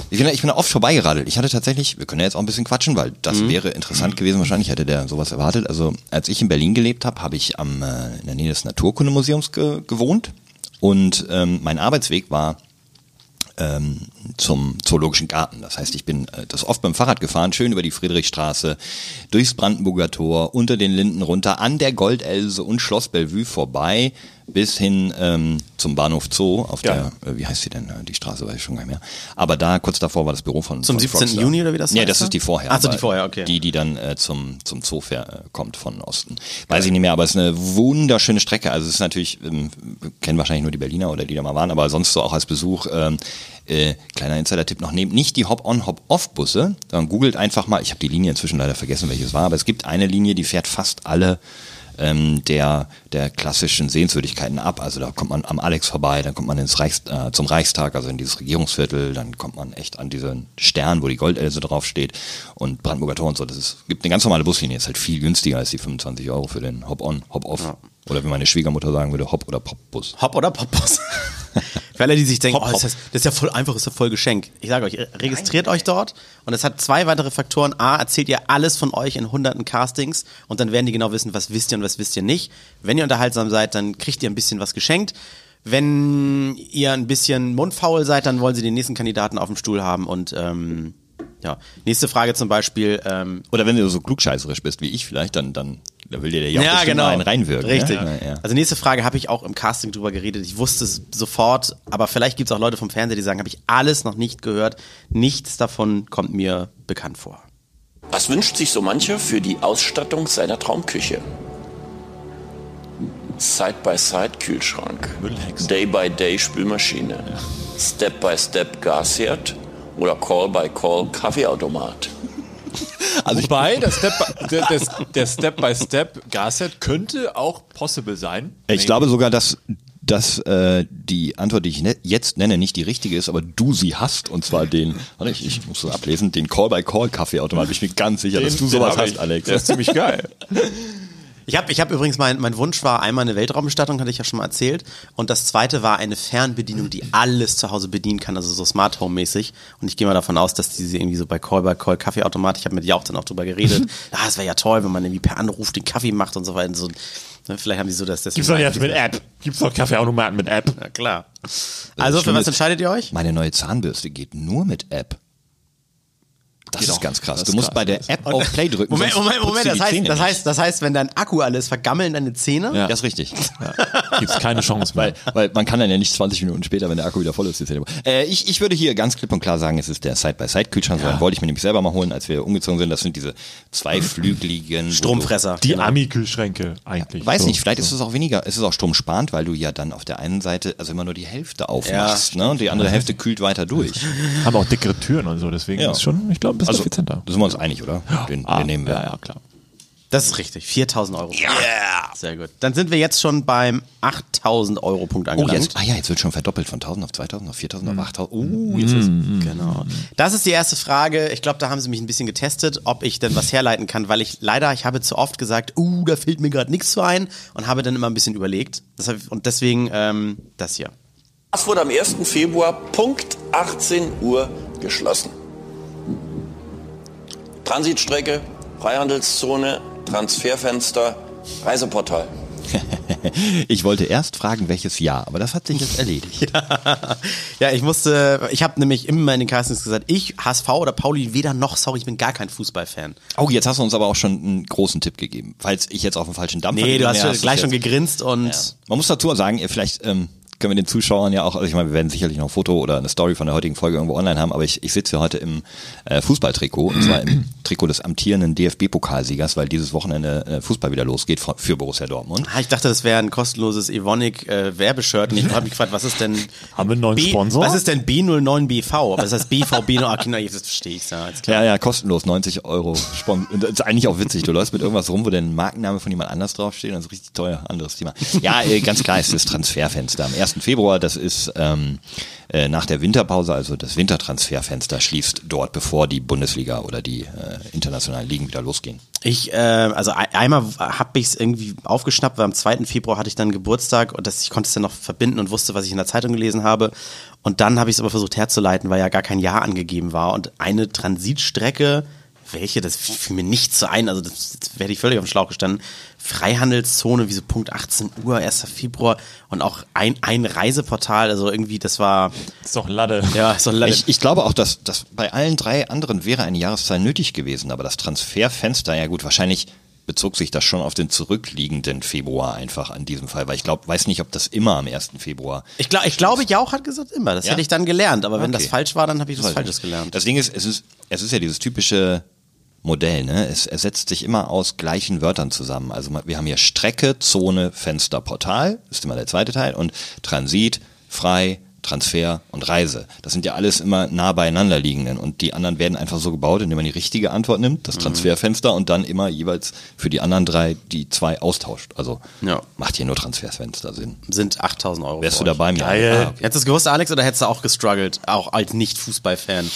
Speaker 1: ich bin, da- ich bin da oft vorbeigeradelt. Ich hatte tatsächlich, wir können ja jetzt auch ein bisschen quatschen, weil das
Speaker 3: Mhm.
Speaker 1: wäre interessant gewesen. Wahrscheinlich hätte der sowas erwartet. Also als ich in Berlin gelebt habe, habe ich am, äh, in der Nähe des Naturkundemuseums ge gewohnt und ähm, mein Arbeitsweg war ähm, zum Zoologischen Garten. Das heißt, ich bin äh, das oft beim Fahrrad gefahren, schön über die Friedrichstraße, durchs Brandenburger Tor, unter den Linden runter, an der Goldelse und Schloss Bellevue vorbei, bis hin ähm, zum Bahnhof Zoo auf
Speaker 3: Ja.
Speaker 1: der, äh, wie heißt sie denn, Äh, die Straße weiß ich schon gar nicht mehr. Aber da, kurz davor war das Büro von
Speaker 2: Zum
Speaker 1: von
Speaker 2: 17. Juni oder wie das
Speaker 1: Nee,
Speaker 2: heißt,
Speaker 1: das
Speaker 2: ne?
Speaker 1: ist die vorher.
Speaker 2: Ach so, die
Speaker 1: aber
Speaker 2: vorher, okay.
Speaker 1: Die, die dann äh, zum, zum Zoo fähr, äh, kommt von Osten. Weiß ich nicht mehr, aber es ist eine wunderschöne Strecke. Also es ist natürlich, ähm, kennen wahrscheinlich nur die Berliner oder die da mal waren, aber sonst so auch als Besuch, ähm, äh, kleiner Insider-Tipp noch, nehmt nicht die Hop-on, Hop-off-Busse, sondern googelt einfach mal, ich habe die Linie inzwischen leider vergessen, welche es war, aber es gibt eine Linie, die fährt fast alle ähm, der, der klassischen Sehenswürdigkeiten ab. Also da kommt man am Alex vorbei, dann kommt man ins Reichs, äh, zum Reichstag, also in dieses Regierungsviertel, dann kommt man echt an diesen Stern, wo die Goldelse draufsteht und Brandenburger Tor und so. Das ist, gibt eine ganz normale Buslinie, ist halt viel günstiger als die 25 Euro für den Hop-on, Hop-off. Oder wie meine Schwiegermutter sagen würde, Hop- oder Pop-Bus.
Speaker 2: Hop oder Popos? Für alle, die sich denken,
Speaker 1: Hop,
Speaker 2: oh,
Speaker 1: hop.
Speaker 2: ist das, das ist ja voll einfach, ist ja voll Geschenk. Ich sage euch, re- registriert euch dort und es hat zwei weitere Faktoren. A, erzählt ihr alles von euch in hunderten Castings und dann werden die genau wissen, was wisst ihr und was wisst ihr nicht. Wenn ihr unterhaltsam seid, dann kriegt ihr ein bisschen was geschenkt. Wenn ihr ein bisschen mundfaul seid, dann wollen sie den nächsten Kandidaten auf dem Stuhl haben und ähm, ja. Nächste Frage zum Beispiel, ähm,
Speaker 1: Oder wenn du so klugscheißerisch bist wie ich vielleicht, dann, dann da will dir der ja, auch
Speaker 2: ja,
Speaker 1: bestimmt
Speaker 2: genau.
Speaker 1: einen reinwirken. ne?
Speaker 2: Richtig.
Speaker 1: Ja, ja.
Speaker 2: Also nächste Frage habe ich auch im Casting drüber geredet. Ich wusste es sofort, aber vielleicht gibt es auch Leute vom Fernseher, die sagen, habe ich alles noch nicht gehört. Nichts davon kommt mir bekannt vor.
Speaker 5: Was wünscht sich so mancher für die Ausstattung seiner Traumküche? Side-by-Side-Kühlschrank, Day-by-Day-Spülmaschine, Step-by-Step-Gasherd oder Call-by-Call-Kaffeeautomat.
Speaker 1: Also ich-
Speaker 3: Wobei, der Step-by-Step der, der, der Step by Step Gasset könnte auch possible sein.
Speaker 1: Ich glaube sogar, dass, dass äh, die Antwort, die ich ne jetzt nenne, nicht die richtige ist, aber du sie hast. Und zwar den, warte, ich, ich muss so ablesen, den Call-by-Call-Kaffeeautomat. Ich bin ganz sicher, dass du sowas hast, Alex.
Speaker 3: Das ist ziemlich geil.
Speaker 2: Ich habe ich hab übrigens, mein, mein Wunsch war einmal eine Weltraumbestattung, hatte ich ja schon mal erzählt. Und das zweite war eine Fernbedienung, die alles zu Hause bedienen kann, also so Smart Home mäßig. Und ich gehe mal davon aus, dass diese irgendwie so bei Call by Call Kaffeeautomat, ich habe mit Jauch dann auch drüber geredet, ah, es wäre ja toll, wenn man irgendwie per Anruf den Kaffee macht und so weiter. So, ne, vielleicht haben die so das deswegen.
Speaker 3: Gibt's doch jetzt mit App. Gibt's doch Kaffeeautomaten mit App.
Speaker 2: Ja, klar. Also, für
Speaker 1: Schlimme
Speaker 2: was
Speaker 1: ist-
Speaker 2: entscheidet ihr euch?
Speaker 1: Meine neue Zahnbürste geht nur mit App. Das ist
Speaker 3: auch.
Speaker 1: ganz krass.
Speaker 3: Das
Speaker 1: Du
Speaker 3: ist
Speaker 1: musst
Speaker 3: krass.
Speaker 1: bei der App auf Play drücken.
Speaker 2: Moment,
Speaker 1: sonst
Speaker 2: Moment,
Speaker 1: putzt
Speaker 2: Moment,
Speaker 1: dir
Speaker 2: das
Speaker 1: die Zähne
Speaker 2: heißt, das
Speaker 1: nicht.
Speaker 2: heißt, das heißt, wenn dein Akku alles vergammeln deine Zähne?
Speaker 3: Ja.
Speaker 1: Das ist richtig.
Speaker 3: Gibt's keine Chance mehr.
Speaker 1: Weil man kann dann ja nicht 20 Minuten später, wenn der Akku wieder voll ist, die Zähne. Äh, ich, ich würde hier ganz klipp und klar sagen, es ist der Side-by-Side-Kühlschrank. Den wollte ich mir nämlich selber mal holen, als wir umgezogen sind. Das sind diese zweiflügeligen... wo du-
Speaker 2: Stromfresser. Genau.
Speaker 3: Die Ami-Kühlschränke eigentlich.
Speaker 1: Weiß
Speaker 3: So.
Speaker 1: nicht, vielleicht ist es auch weniger, ist es auch stromsparend, weil du ja dann auf der einen Seite also immer nur die Hälfte aufmachst, ne? Und die andere Hälfte kühlt weiter durch.
Speaker 3: Haben auch dickere Türen und so, deswegen
Speaker 1: Ja.
Speaker 3: ist schon, ich glaube, ein bisschen
Speaker 1: Also,
Speaker 3: effizienter. Ah,
Speaker 1: da sind wir uns einig, oder? Den, den nehmen wir.
Speaker 3: Ja, ja, klar.
Speaker 2: Das ist richtig. 4000 Euro. Ja. Sehr gut. Dann sind wir jetzt schon beim 8000 Euro Punkt
Speaker 1: Oh,
Speaker 2: angelangt.
Speaker 1: jetzt, ah ja, jetzt wird schon verdoppelt von 1000 auf 2000 auf 4000
Speaker 3: Hm.
Speaker 1: auf 8000. Oh, jetzt ist
Speaker 2: Genau. Das ist die erste Frage. Ich glaube, da haben sie mich ein bisschen getestet, ob ich denn was herleiten kann, weil ich leider, ich habe zu oft gesagt, uh, da fehlt mir gerade nichts zu ein und habe dann immer ein bisschen überlegt. Das hab, und deswegen ähm, das hier.
Speaker 5: Das wurde am 1. Februar Punkt 18 Uhr geschlossen. Transitstrecke, Freihandelszone, Transferfenster, Reiseportal.
Speaker 1: ich wollte erst fragen, welches Jahr, aber das hat sich jetzt erledigt.
Speaker 2: Ja, ich musste, ich habe nämlich immer in den Castings gesagt, ich, HSV oder Pauli, weder noch, sorry, ich bin gar kein Fußballfan.
Speaker 1: Oh, jetzt hast du uns aber auch schon einen großen Tipp gegeben. Falls ich jetzt auf dem falschen Dampfer
Speaker 2: Nee,
Speaker 1: bin,
Speaker 2: du hast,
Speaker 1: ja,
Speaker 2: schon
Speaker 1: es
Speaker 2: gleich
Speaker 1: jetzt-
Speaker 2: schon gegrinst und
Speaker 1: Man muss dazu sagen, vielleicht ähm, können wir den Zuschauern ja auch, also ich meine, wir werden sicherlich noch ein Foto oder eine Story von der heutigen Folge irgendwo online haben, aber ich, ich sitze ja heute im äh, Fußballtrikot, und zwar im Trikot des amtierenden DFB-Pokalsiegers, weil dieses Wochenende äh, Fußball wieder losgeht von, für Borussia Dortmund.
Speaker 2: Ah, ich dachte, das wäre ein kostenloses Evonik äh, Werbeshirt und ich habe mich gefragt, was ist denn
Speaker 3: Haben wir einen neuen
Speaker 2: B,
Speaker 3: Sponsor?
Speaker 2: Was ist denn B09BV? Aber das heißt BVB, ah, Kinder, jetzt verstehe ich ja, jetzt klar.
Speaker 1: Ja, ja, kostenlos, 90 Euro. Spon Und das ist eigentlich auch witzig. Du läufst mit irgendwas rum, wo der Markenname von jemand anders draufsteht. Das ist richtig teuer. Anderes Thema. Ja, äh, ganz klar ist das Transferfenster. Am 1. Februar, das ist ähm, äh, nach der Winterpause, also das Wintertransferfenster schließt dort, bevor die Bundesliga oder die äh, internationalen Ligen wieder losgehen.
Speaker 2: Ich, äh, also ein- einmal habe ich es irgendwie aufgeschnappt, weil am 2. Februar hatte ich dann Geburtstag und das, ich konnte es dann noch verbinden und wusste, was ich in der Zeitung gelesen habe. Und dann habe ich es aber versucht herzuleiten, weil ja gar kein Jahr angegeben war. Und eine Transitstrecke, welche, das fiel mir nicht so ein, also das, das werde ich völlig auf den Schlauch gestanden. Freihandelszone, wie so Punkt 18 Uhr, 1. Februar und auch ein, ein Reiseportal, also irgendwie, das war,
Speaker 3: Ist doch Lade.
Speaker 2: ja, so leider.
Speaker 1: Ich, ich glaube auch, dass, dass bei allen drei anderen wäre eine Jahreszahl nötig gewesen, aber das Transferfenster, ja gut, wahrscheinlich bezog sich das schon auf den zurückliegenden Februar einfach an diesem Fall, weil ich glaube, weiß nicht, ob das immer am 1. Februar.
Speaker 2: Ich, glaub, ich glaube, Jauch hat gesagt immer, das
Speaker 1: Ja?
Speaker 2: hätte ich dann gelernt, aber wenn
Speaker 1: Okay.
Speaker 2: das falsch war, dann habe ich was Falsches
Speaker 1: Weiß ich nicht.
Speaker 2: gelernt.
Speaker 1: Das Ding ist, es ist, es ist ja dieses typische Modell, ne? Es ersetzt sich immer aus gleichen Wörtern zusammen. Also ma- wir haben hier Strecke, Zone, Fenster, Portal, ist immer der zweite Teil, und Transit, frei, Transfer und Reise. Das sind ja alles immer nah beieinander liegenden und die anderen werden einfach so gebaut, indem man die richtige Antwort nimmt,
Speaker 2: Mhm.
Speaker 1: das Transferfenster und dann immer jeweils für die anderen drei die zwei austauscht. Also
Speaker 2: Ja.
Speaker 1: macht hier nur Transferfenster Sinn.
Speaker 2: sind 8000 Euro.
Speaker 1: Wärst
Speaker 2: für
Speaker 1: du da
Speaker 2: euch.
Speaker 1: bei mir?
Speaker 3: Geil.
Speaker 1: Ah, okay.
Speaker 2: Hättest du es gewusst, Alex, oder hättest du auch gestruggelt? Auch als Nicht-Fußball-Fan.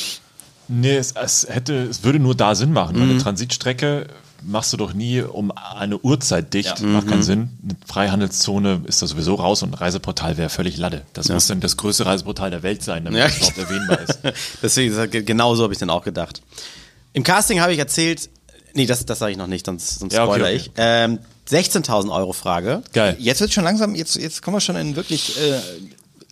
Speaker 3: Nee, es, es hätte, es würde nur da Sinn machen. Eine Transitstrecke machst du doch nie um eine Uhrzeit dicht. Macht keinen Sinn. Eine Freihandelszone ist da sowieso raus und ein Reiseportal wäre völlig Lade. Das muss dann das größte Reiseportal der Welt sein, damit
Speaker 2: Ja.
Speaker 3: das überhaupt erwähnbar ist.
Speaker 2: Deswegen, genau so habe ich dann auch gedacht. Im Casting habe ich erzählt, nee, das, das sage ich noch nicht, sonst, sonst
Speaker 3: Ja, okay,
Speaker 2: spoiler
Speaker 3: okay.
Speaker 2: ich. Ähm, 16.000 Euro Frage.
Speaker 3: Geil.
Speaker 1: Jetzt wird schon langsam, jetzt, jetzt kommen wir schon in wirklich, äh,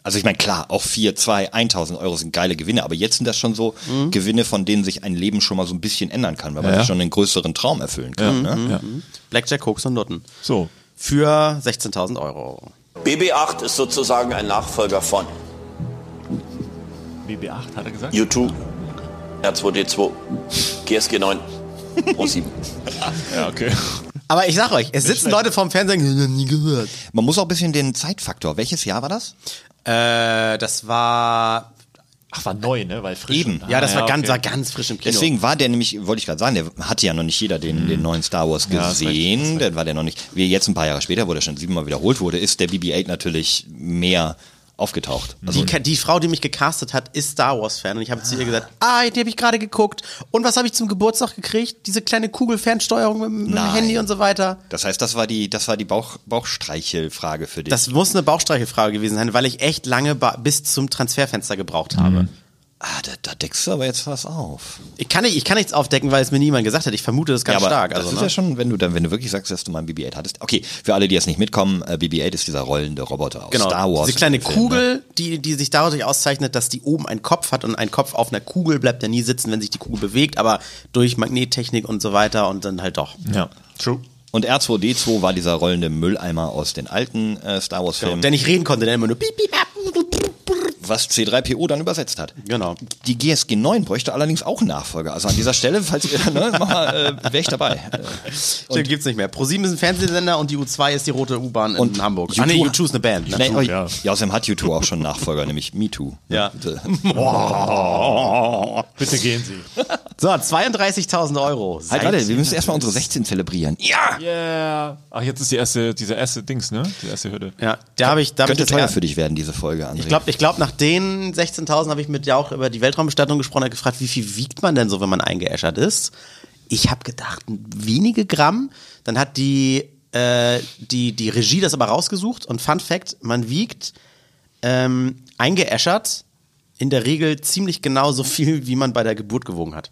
Speaker 1: also ich meine, klar, auch 4, 2, 1000 Euro sind geile Gewinne, aber jetzt sind das schon so Gewinne, von denen sich ein Leben schon mal so ein bisschen ändern kann, weil man
Speaker 3: Mhm. Ja.
Speaker 1: sich schon einen größeren Traum erfüllen kann. Ne?
Speaker 3: Ja. Mhm.
Speaker 2: Blackjack, Koks und Nutten.
Speaker 3: So.
Speaker 2: Für 16.000 Euro.
Speaker 5: BB8 ist sozusagen ein Nachfolger von
Speaker 3: BB8 hat er gesagt?
Speaker 5: U2, R2D2, GSG 9, Pro 7.
Speaker 3: Ja, okay.
Speaker 2: Aber ich sag euch, es sitzen Leute vorm Fernsehen, die haben nie gehört.
Speaker 1: Man muss auch ein bisschen den Zeitfaktor, welches Jahr war das?
Speaker 3: Genau.
Speaker 2: Äh, das war,
Speaker 3: Ach, war neu, ne? Weil frisch.
Speaker 1: Eben.
Speaker 2: ja, das
Speaker 3: Ah,
Speaker 2: war, ganz,
Speaker 3: okay.
Speaker 2: war ganz frisch im Kino.
Speaker 1: Deswegen war der nämlich, wollte ich gerade sagen, der hatte ja noch nicht jeder den, den neuen Star Wars
Speaker 3: Mhm. ist richtig,
Speaker 1: gesehen, dann war der noch nicht, wie jetzt ein paar Jahre später, wo der schon siebenmal wiederholt wurde, ist der BB-8 natürlich mehr aufgetaucht.
Speaker 3: Mhm.
Speaker 2: Die, Ka- die Frau, die mich gecastet hat, ist Star Wars-Fan. Und ich habe zu ihr gesagt, ah, die habe ich gerade geguckt. Und was habe ich zum Geburtstag gekriegt? Diese kleine Kugelfernsteuerung mit, mit dem
Speaker 1: Nein.
Speaker 2: Handy und so weiter.
Speaker 1: Das heißt, das war die, das war die Bauch, Bauchstreichelfrage für dich.
Speaker 2: Das muss eine Bauchstreichelfrage gewesen sein, weil ich echt lange ba- bis zum Transferfenster gebraucht habe.
Speaker 1: ah, da, da deckst du aber jetzt was auf.
Speaker 2: Ich, kann nicht, ich kann nichts aufdecken, weil es mir niemand gesagt hat. Ich vermute das ganz
Speaker 1: aber
Speaker 2: stark.
Speaker 1: das
Speaker 2: Also,
Speaker 1: ist
Speaker 2: ne?
Speaker 1: ja schon, wenn du dann, wenn du wirklich sagst, dass du mal ein BB-8 hattest. Okay, für alle, die jetzt nicht mitkommen, äh, BB-8 ist dieser rollende Roboter aus
Speaker 2: genau.
Speaker 1: Star Wars.
Speaker 2: Diese kleine
Speaker 1: Film, ne?
Speaker 2: Kugel, die, die sich dadurch auszeichnet, dass die oben einen Kopf hat und ein Kopf auf einer Kugel bleibt ja nie sitzen, wenn sich die Kugel bewegt, aber durch Magnettechnik und so weiter und dann halt doch.
Speaker 3: Ja. True.
Speaker 1: Und R2D2 war dieser rollende Mülleimer aus den alten äh, Star Wars Filmen,
Speaker 2: Der nicht Genau. reden konnte, der immer nur piep, piep, piep.
Speaker 1: was C3PO dann übersetzt hat.
Speaker 2: Genau.
Speaker 1: Die GSG 9 bräuchte allerdings auch einen Nachfolger. Also an dieser Stelle, falls ihr, ne, mach mal, äh, wäre ich dabei. Äh,
Speaker 2: Den gibt's nicht mehr. ProSieben ist ein Fernsehsender und die U2 ist die rote U-Bahn in Hamburg.
Speaker 1: U2
Speaker 2: Ah nee, U2 ist eine Band. ne?
Speaker 1: Nee, oh,
Speaker 3: ja.
Speaker 1: ja. außerdem hat U2 auch schon einen Nachfolger, nämlich Me Too.
Speaker 2: Ja.
Speaker 3: Bitte gehen Sie.
Speaker 2: So, 32.000 Euro.
Speaker 1: Halt,
Speaker 2: Seid
Speaker 1: warte, wir müssen erstmal unsere 16 zelebrieren. Ja!
Speaker 3: Yeah. Ach, jetzt ist die erste, diese erste Dings, ne? Die erste Hürde.
Speaker 2: Ja, da habe ich, da hab ich
Speaker 1: Könnte
Speaker 2: das
Speaker 1: teuer
Speaker 2: er-
Speaker 1: für dich werden, diese Folge, André.
Speaker 2: Ich glaube, ich glaub, nach den 16.000 habe ich mit ja auch über die Weltraumbestattung gesprochen, habe gefragt, wie viel wiegt man denn so, wenn man eingeäschert ist? Ich habe gedacht, wenige Gramm. Dann hat die, äh, die, die Regie das aber rausgesucht und Fun Fact, man wiegt ähm, eingeäschert in der Regel ziemlich genau so viel, wie man bei der Geburt gewogen hat.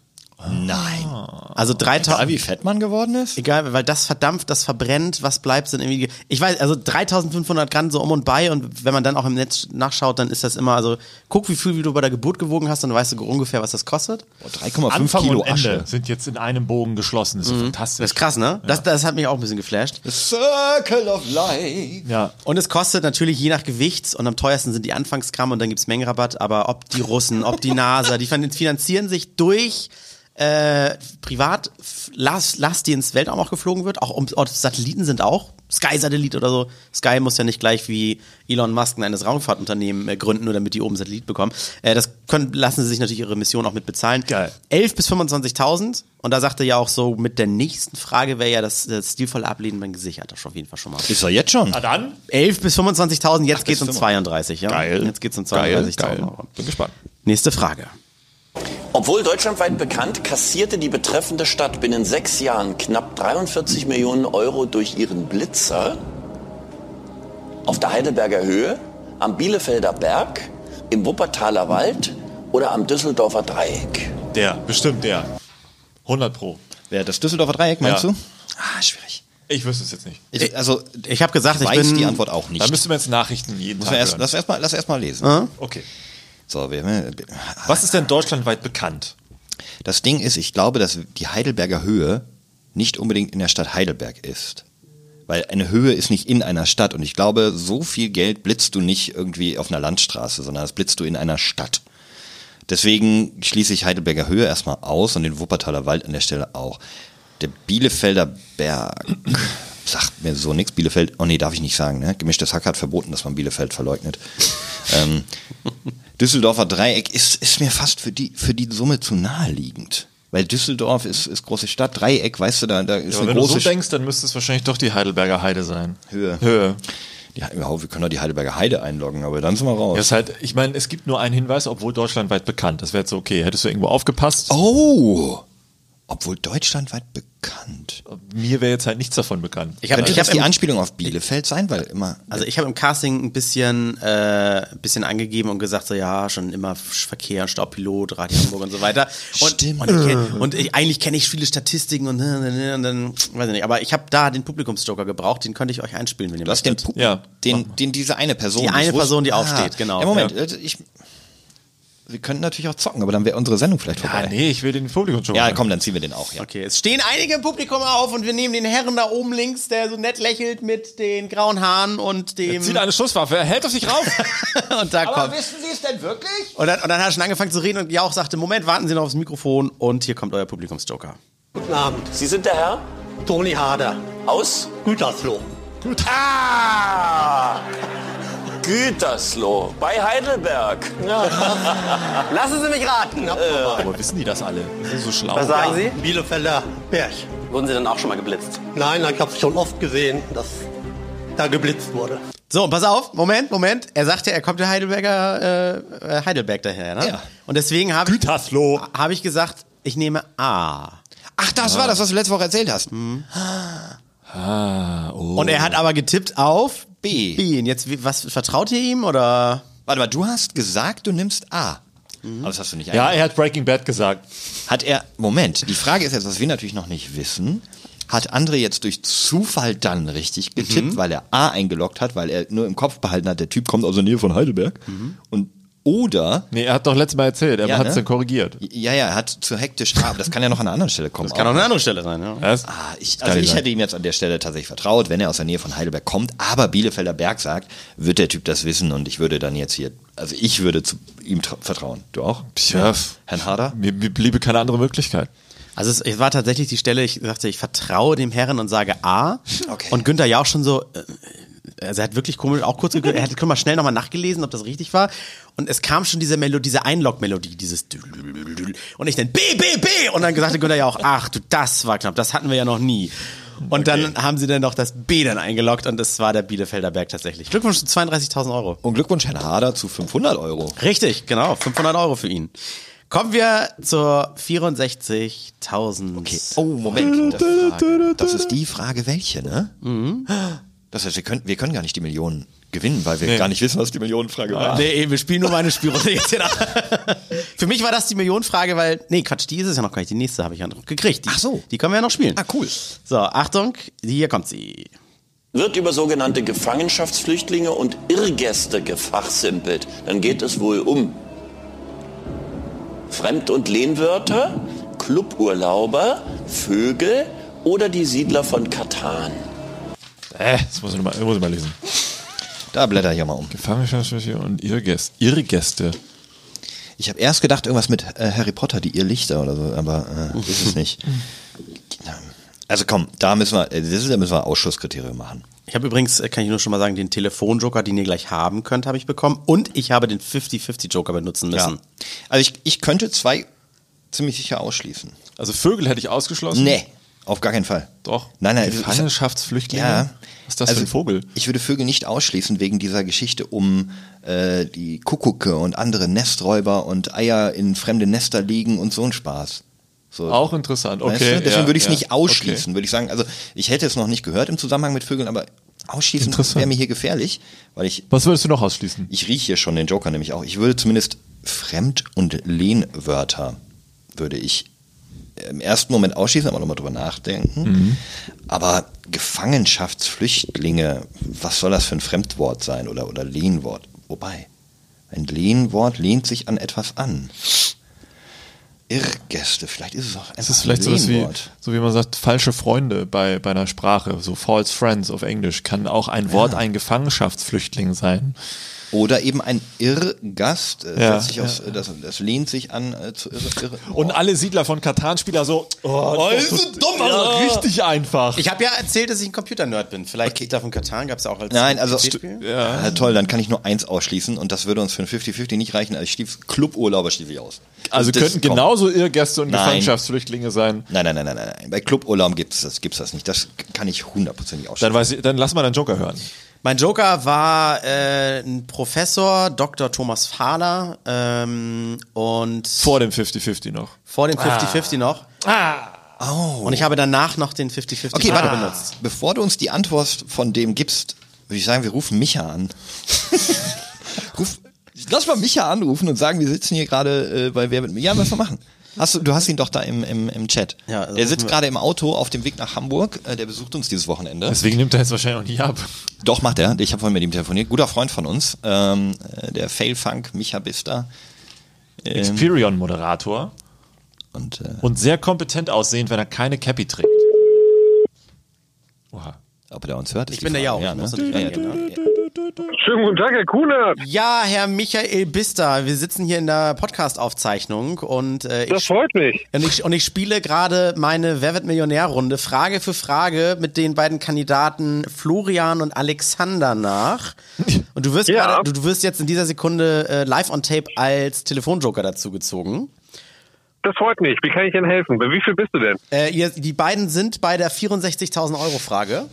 Speaker 1: Nein.
Speaker 3: Ah.
Speaker 2: Also 3000.
Speaker 1: Egal, wie fett man Ah. geworden ist?
Speaker 2: Egal, weil das verdampft, das verbrennt, was bleibt, sind irgendwie. Ich weiß, also 3500 Gramm so um und bei und wenn man dann auch im Netz nachschaut, dann ist das immer, also guck, wie viel wie du bei der Geburt gewogen hast, dann weißt du ungefähr, was das kostet.
Speaker 1: Boah, 3,5
Speaker 3: Anfang
Speaker 1: Kilo
Speaker 3: und Ende
Speaker 1: Asche. Mhm.
Speaker 3: sind jetzt in einem Bogen geschlossen. Das ist so fantastisch.
Speaker 2: Das ist krass, ne? Das, das hat mich auch ein bisschen geflasht.
Speaker 1: Circle of Life.
Speaker 3: Ja.
Speaker 2: Und es kostet natürlich je nach Gewicht und am teuersten sind die Anfangsgramm und dann gibt's Mengenrabatt, aber ob die Russen, ob die NASA, die fin- finanzieren sich durch äh, privat f- Last, Last, die ins Weltraum auch geflogen wird, auch um, auch Satelliten sind auch, Sky-Satellit oder so. Sky muss ja nicht gleich wie Elon Musk ein eines Raumfahrtunternehmen äh, gründen, nur damit die oben Satellit bekommen. Äh, das können, lassen sie sich natürlich ihre Mission auch mit bezahlen.
Speaker 3: Geil.
Speaker 2: 11 bis 25.000 und da sagte ja auch so, mit der nächsten Frage wäre ja das, das stilvolle Ablehnen beim Gesichert, das auf jeden Fall schon mal.
Speaker 1: Ist er jetzt schon?
Speaker 3: Na Ah, dann.
Speaker 2: 11 bis 25.000, jetzt geht's um
Speaker 1: fünfund-
Speaker 2: 32, ja? Jetzt geht's um
Speaker 1: Geil,
Speaker 2: 32.000
Speaker 1: geil.
Speaker 2: Euro.
Speaker 1: Bin gespannt.
Speaker 2: Nächste Frage.
Speaker 5: Obwohl deutschlandweit bekannt, kassierte die betreffende Stadt binnen sechs Jahren knapp 43 Millionen Euro durch ihren Blitzer auf der Heidelberger Höhe, am Bielefelder Berg, im Wuppertaler Wald oder am Düsseldorfer Dreieck.
Speaker 3: Der, bestimmt der. 100 Pro.
Speaker 1: Wer, das Düsseldorfer Dreieck, meinst
Speaker 3: Ja.
Speaker 1: du? Ah, schwierig.
Speaker 3: Ich wüsste es jetzt nicht.
Speaker 1: Ich, also, ich
Speaker 2: Ich habe gesagt, ich,
Speaker 1: weiß
Speaker 2: bin
Speaker 1: die Antwort auch nicht. Äh?
Speaker 3: Da müsste man jetzt Nachrichten jeden
Speaker 1: Muss
Speaker 3: Tag
Speaker 1: man erst,
Speaker 3: hören.
Speaker 1: lass erstmal lass erst mal lesen.
Speaker 3: okay.
Speaker 1: So, wir,
Speaker 3: Was ist denn deutschlandweit bekannt?
Speaker 1: das Ding ist, ich glaube, dass die Heidelberger Höhe nicht unbedingt in der Stadt Heidelberg ist. Weil eine Höhe ist nicht in einer Stadt. Und ich glaube, so viel Geld blitzt du nicht irgendwie auf einer Landstraße, sondern das blitzt du in einer Stadt. Deswegen schließe ich Heidelberger Höhe erstmal aus und den Wuppertaler Wald an der Stelle auch. Der Bielefelder Berg sagt mir so nichts. Bielefeld, oh nee, darf ich nicht sagen. Ne? Gemischtes Hack hat verboten, dass man Bielefeld verleugnet. ähm, Düsseldorfer Dreieck ist, ist mir fast für die, für die Summe zu naheliegend. Weil Düsseldorf ist, ist große Stadt, Dreieck, weißt du, da, da ist
Speaker 3: Ja,
Speaker 1: eine
Speaker 3: wenn du so
Speaker 1: große Stadt.
Speaker 3: denkst, dann müsste es wahrscheinlich doch die Heidelberger Heide sein.
Speaker 1: Höhe.
Speaker 3: Höhe.
Speaker 1: Die, He- ja, wir können doch die Heidelberger Heide einloggen, aber dann sind wir
Speaker 3: Ja,
Speaker 1: raus.
Speaker 3: ist halt, ich meine, es gibt nur einen Hinweis, obwohl deutschlandweit bekannt. Das wäre jetzt so okay. Hättest du irgendwo aufgepasst?
Speaker 1: Oh! Obwohl deutschlandweit bekannt.
Speaker 3: Mir wäre jetzt halt nichts davon bekannt.
Speaker 2: Ich habe
Speaker 1: Könnte
Speaker 2: ich
Speaker 1: das
Speaker 2: hab
Speaker 1: die
Speaker 2: im,
Speaker 1: Anspielung auf Bielefeld sein? Weil immer.
Speaker 2: also ich hab im Casting ein bisschen, äh, ein bisschen angegeben und gesagt, so ja, schon immer Verkehr, Staubpilot, Radio Hamburg und so weiter. Und,
Speaker 1: Stimmt.
Speaker 2: Und, ich, kenn- und ich, eigentlich kenne ich viele Statistiken und, ne, und dann, weiß ich nicht, aber ich habe da den Publikumsjoker gebraucht, den könnte ich euch einspielen, wenn ihr
Speaker 1: Du hast den,
Speaker 2: möchtet.
Speaker 1: Pu
Speaker 3: Ja.
Speaker 1: den, den diese eine Person.
Speaker 2: Die
Speaker 1: das
Speaker 2: eine
Speaker 1: wusste-
Speaker 2: Person, die aufsteht, genau.
Speaker 1: Ah. Ja, Moment, äh, ich, wir könnten natürlich auch zocken, aber dann wäre unsere Sendung vielleicht
Speaker 3: Ah,
Speaker 1: vorbei.
Speaker 3: nee, ich will den Publikum schon
Speaker 1: Ja,
Speaker 3: mal.
Speaker 1: komm, dann ziehen wir den auch, ja.
Speaker 2: Okay, es stehen einige im Publikum auf und wir nehmen den Herren da oben links, der so nett lächelt mit den grauen Haaren und dem.
Speaker 3: Zieht eine Schusswaffe, er hält auf sich rauf.
Speaker 2: und da kommt.
Speaker 4: Wissen Sie es denn wirklich?
Speaker 2: Und dann, und dann hat er schon angefangen zu reden und Jauch sagte: Moment, warten Sie noch aufs Mikrofon und hier kommt euer Publikumsjoker.
Speaker 6: Guten Abend,
Speaker 5: Sie sind der Herr
Speaker 6: Toni Hader,
Speaker 5: aus
Speaker 6: Gütersloh.
Speaker 5: Ah! Gütersloh bei Heidelberg.
Speaker 6: Lassen Sie mich raten.
Speaker 3: Aber wissen die das alle? Die sind so schlau.
Speaker 6: Was sagen Sie?
Speaker 7: Sie?
Speaker 6: Bielefelder Berg.
Speaker 7: Wurden Sie dann auch schon mal geblitzt?
Speaker 6: Nein, ich habe es schon oft gesehen, dass da geblitzt wurde.
Speaker 2: So, pass auf, Moment, Moment. Er sagte, er kommt der Heidelberger äh, äh, Heidelberg daher, ne?
Speaker 1: Ja.
Speaker 2: Und deswegen habe ich,
Speaker 1: Gütersloh.
Speaker 2: habe ich gesagt, ich nehme A.
Speaker 1: Ach, das war das, was du letzte Woche erzählt hast.
Speaker 3: Ah, oh.
Speaker 2: Und er hat aber getippt auf
Speaker 1: B.
Speaker 2: B. Und jetzt, wie- was vertraut ihr ihm oder?
Speaker 1: Warte mal, du hast gesagt, du nimmst A. Aber das hast du nicht
Speaker 3: Ja,
Speaker 1: eingehalten.
Speaker 3: er hat Breaking Bad gesagt.
Speaker 1: Hat er, Moment, die Frage ist jetzt, was wir natürlich noch nicht wissen. Hat André jetzt durch Zufall dann richtig
Speaker 2: Mhm.
Speaker 1: getippt, weil er A eingeloggt hat, weil er nur im Kopf behalten hat, der Typ kommt aus der Nähe von Heidelberg.
Speaker 2: Mhm.
Speaker 1: Und oder,
Speaker 3: Nee, er hat doch letztes Mal erzählt, er
Speaker 1: Ja,
Speaker 3: hat es
Speaker 1: ne?
Speaker 3: dann korrigiert.
Speaker 1: ja, ja, er hat zu hektisch, aber das kann ja noch an einer anderen Stelle kommen.
Speaker 2: Kann auch eine andere Stelle sein, ja.
Speaker 3: Was?
Speaker 1: Ah, ich, also ich hätte ihm jetzt an der Stelle tatsächlich vertraut, wenn er aus der Nähe von Heidelberg kommt, aber Bielefelder Berg sagt, wird der Typ das wissen und ich würde dann jetzt hier, also ich würde zu ihm tra- vertrauen. Du auch?
Speaker 3: Tja,
Speaker 1: Herrn Harder?
Speaker 3: mir, mir bliebe keine andere Möglichkeit.
Speaker 2: Also es, es war tatsächlich die Stelle, ich sagte, ich vertraue dem Herren und sage A.
Speaker 1: Okay.
Speaker 2: Und Günther ja auch schon so, äh, also er hat wirklich komisch, auch kurz, geguckt, er hat mal schnell nochmal nachgelesen, ob das richtig war. Und es kam schon diese Melodie, diese Einlog-Melodie, dieses Dülülülülül. und ich dann B, B, B und dann sagte Günther ja auch, ach du, das war knapp, das hatten wir ja noch nie. Und dann haben sie dann noch das B dann eingeloggt und das war der Bielefelder Berg tatsächlich. Glückwunsch zu 32.000 Euro.
Speaker 1: Und Glückwunsch, Herrn Harder, zu 500 Euro.
Speaker 2: Richtig, genau, 500 Euro für ihn. Kommen wir zur 64.000. Okay.
Speaker 1: Oh, Moment. Das, ist die Frage. das ist die Frage, welche, ne? Das heißt, wir können, wir können gar nicht die Millionen gewinnen, weil wir gar nicht wissen, was die Millionenfrage war.
Speaker 2: Nee, wir spielen nur meine Spielrunde jetzt hier nach. Ah. Für mich war das die Millionenfrage, weil. Nee, Quatsch, die ist es ja noch gar nicht. Die nächste habe ich ja noch gekriegt. Die,
Speaker 1: Ach so.
Speaker 2: Die können wir ja noch spielen.
Speaker 1: Ah, cool.
Speaker 2: So, Achtung, hier kommt sie.
Speaker 5: Wird über sogenannte Gefangenschaftsflüchtlinge und Irrgäste gefachsimpelt, dann geht es wohl um Fremd- und Lehnwörter, Cluburlauber, Vögel oder die Siedler von Katan.
Speaker 3: Äh, das muss ich nochmal muss ich mal lesen.
Speaker 1: Da blätter ich ja mal um.
Speaker 3: Gefangenschaftssprüche und Irrgäste. Irrgäste.
Speaker 1: Ich habe erst gedacht, irgendwas mit äh, Harry Potter, die Irrlichter oder so, aber äh, ist es nicht. Also komm, da müssen wir, äh, das ist, da müssen wir Ausschusskriterium machen.
Speaker 2: Ich habe übrigens, äh, kann ich nur schon mal sagen, den Telefonjoker, den ihr gleich haben könnt, habe ich bekommen. Und ich habe den 50-50-Joker benutzen müssen.
Speaker 1: Also ich, ich könnte zwei ziemlich sicher ausschließen.
Speaker 3: Also Vögel hätte ich ausgeschlossen.
Speaker 1: Nee, auf gar keinen Fall.
Speaker 3: Doch.
Speaker 1: Nein, nein.
Speaker 3: Gefangenschaftsflüchtlinge?
Speaker 1: Ja. Also,
Speaker 3: Was ist das für ein Vogel?
Speaker 1: Ich würde Vögel nicht ausschließen wegen dieser Geschichte um äh, die Kuckucke und andere Nesträuber und Eier in fremde Nester legen und so ein Spaß. So.
Speaker 3: Auch interessant,
Speaker 1: Weißt
Speaker 3: okay,
Speaker 1: du? Deswegen
Speaker 3: ja,
Speaker 1: würde ich es
Speaker 3: ja,
Speaker 1: nicht ausschließen, würde ich sagen. Also ich hätte es noch nicht gehört im Zusammenhang mit Vögeln, aber ausschließen
Speaker 3: Interessant.
Speaker 1: wäre mir hier gefährlich, weil ich
Speaker 3: Was würdest du noch ausschließen?
Speaker 1: ich rieche hier schon den Joker nämlich auch. Ich würde zumindest Fremd- und Lehnwörter würde ich äh, im ersten Moment ausschließen, aber nochmal drüber nachdenken.
Speaker 3: Mhm.
Speaker 1: Aber Gefangenschaftsflüchtlinge, was soll das für ein Fremdwort sein oder, oder Lehnwort? Wobei, ein Lehnwort lehnt sich an etwas an. Irrgäste, vielleicht ist es auch einfach
Speaker 3: Es ist vielleicht
Speaker 1: ein
Speaker 3: sowas wie,
Speaker 1: Lehnwort.
Speaker 3: so wie man sagt, falsche Freunde bei, bei einer Sprache, so false friends auf Englisch, kann auch ein Wort ein Gefangenschaftsflüchtling sein.
Speaker 1: Oder eben ein Irrgast, äh,
Speaker 3: Ja,
Speaker 1: setzt sich aus, äh, das, das lehnt sich an äh, zu irre, irre.
Speaker 3: Und alle Siedler von Katan-Spieler so, oh, das
Speaker 1: ist so dumm,
Speaker 3: ja. richtig einfach.
Speaker 2: Ich habe ja erzählt, dass ich ein Computer-Nerd bin. Vielleicht okay. davon Katan gab es ja auch als
Speaker 1: Nein, also
Speaker 2: PC-Spiel.
Speaker 1: ja. toll, dann kann ich nur eins ausschließen und das würde uns für ein 50-50 nicht reichen. Also ich schließ Cluburlauber schließe ich aus.
Speaker 3: also
Speaker 1: das,
Speaker 3: könnten
Speaker 1: komm.
Speaker 3: genauso Irrgäste und
Speaker 1: Nein.
Speaker 3: Gefangenschaftsflüchtlinge sein.
Speaker 1: Nein, nein, nein, nein, nein. nein. Bei Cluburlaub gibt es das, gibt's das nicht. Das kann ich hundertprozentig
Speaker 3: Dann,
Speaker 1: ausschließen.
Speaker 3: weiß ich, dann lass mal den Joker hören.
Speaker 2: Mein Joker war äh, ein Professor, Dr. Thomas Fahler ähm, und
Speaker 3: Vor dem 50-50 noch.
Speaker 2: vor dem 50-50 noch. Oh. Und ich habe danach noch den 50-50
Speaker 1: okay, ah.
Speaker 2: Joker
Speaker 1: warte.
Speaker 3: Ah.
Speaker 2: benutzt.
Speaker 1: Bevor du uns die Antwort von dem gibst, würde ich sagen, wir rufen Micha an. Ruf, lass mal Micha anrufen und sagen, wir sitzen hier gerade äh, bei Wer mit mir. Ja, was wir machen. Hast du, du hast ihn doch da im, im, im Chat.
Speaker 2: Ja, also
Speaker 1: der
Speaker 2: rufen
Speaker 1: sitzt
Speaker 2: wir-
Speaker 1: gerade im Auto auf dem Weg nach Hamburg. Äh, der besucht uns dieses Wochenende.
Speaker 3: Deswegen nimmt er jetzt wahrscheinlich auch nicht ab.
Speaker 1: Doch, macht er. Ich habe vorhin mit ihm telefoniert. Guter Freund von uns, ähm, äh, der Failfunk Micha Bister. Ähm,
Speaker 3: Experion-Moderator
Speaker 1: und äh,
Speaker 3: und sehr kompetent aussehend, wenn er keine Cappy trägt. Oha.
Speaker 1: ob er uns hört, ist
Speaker 2: Ich bin der Jau.
Speaker 1: Ja,
Speaker 2: Ich
Speaker 1: ne?
Speaker 2: muss natürlich
Speaker 1: ja, ja,
Speaker 2: rangehen,
Speaker 1: ja.
Speaker 7: Schönen guten Tag, Herr Kuhne.
Speaker 2: Ja, Herr Michael Bister, wir sitzen hier in der Podcast-Aufzeichnung und, äh,
Speaker 7: Das
Speaker 2: ich,
Speaker 7: freut mich.
Speaker 2: und, ich, und ich spiele gerade meine Wer wird Millionär-Runde Frage für Frage mit den beiden Kandidaten Florian und Alexander nach. Und du wirst,
Speaker 7: Ja.
Speaker 2: gerade, du, du wirst jetzt in dieser Sekunde äh, live on tape als Telefonjoker dazugezogen.
Speaker 7: Das freut mich. Wie kann ich Ihnen helfen? Bei wie viel bist du denn?
Speaker 2: Äh, ihr, die beiden sind bei der 64.000 Euro Frage.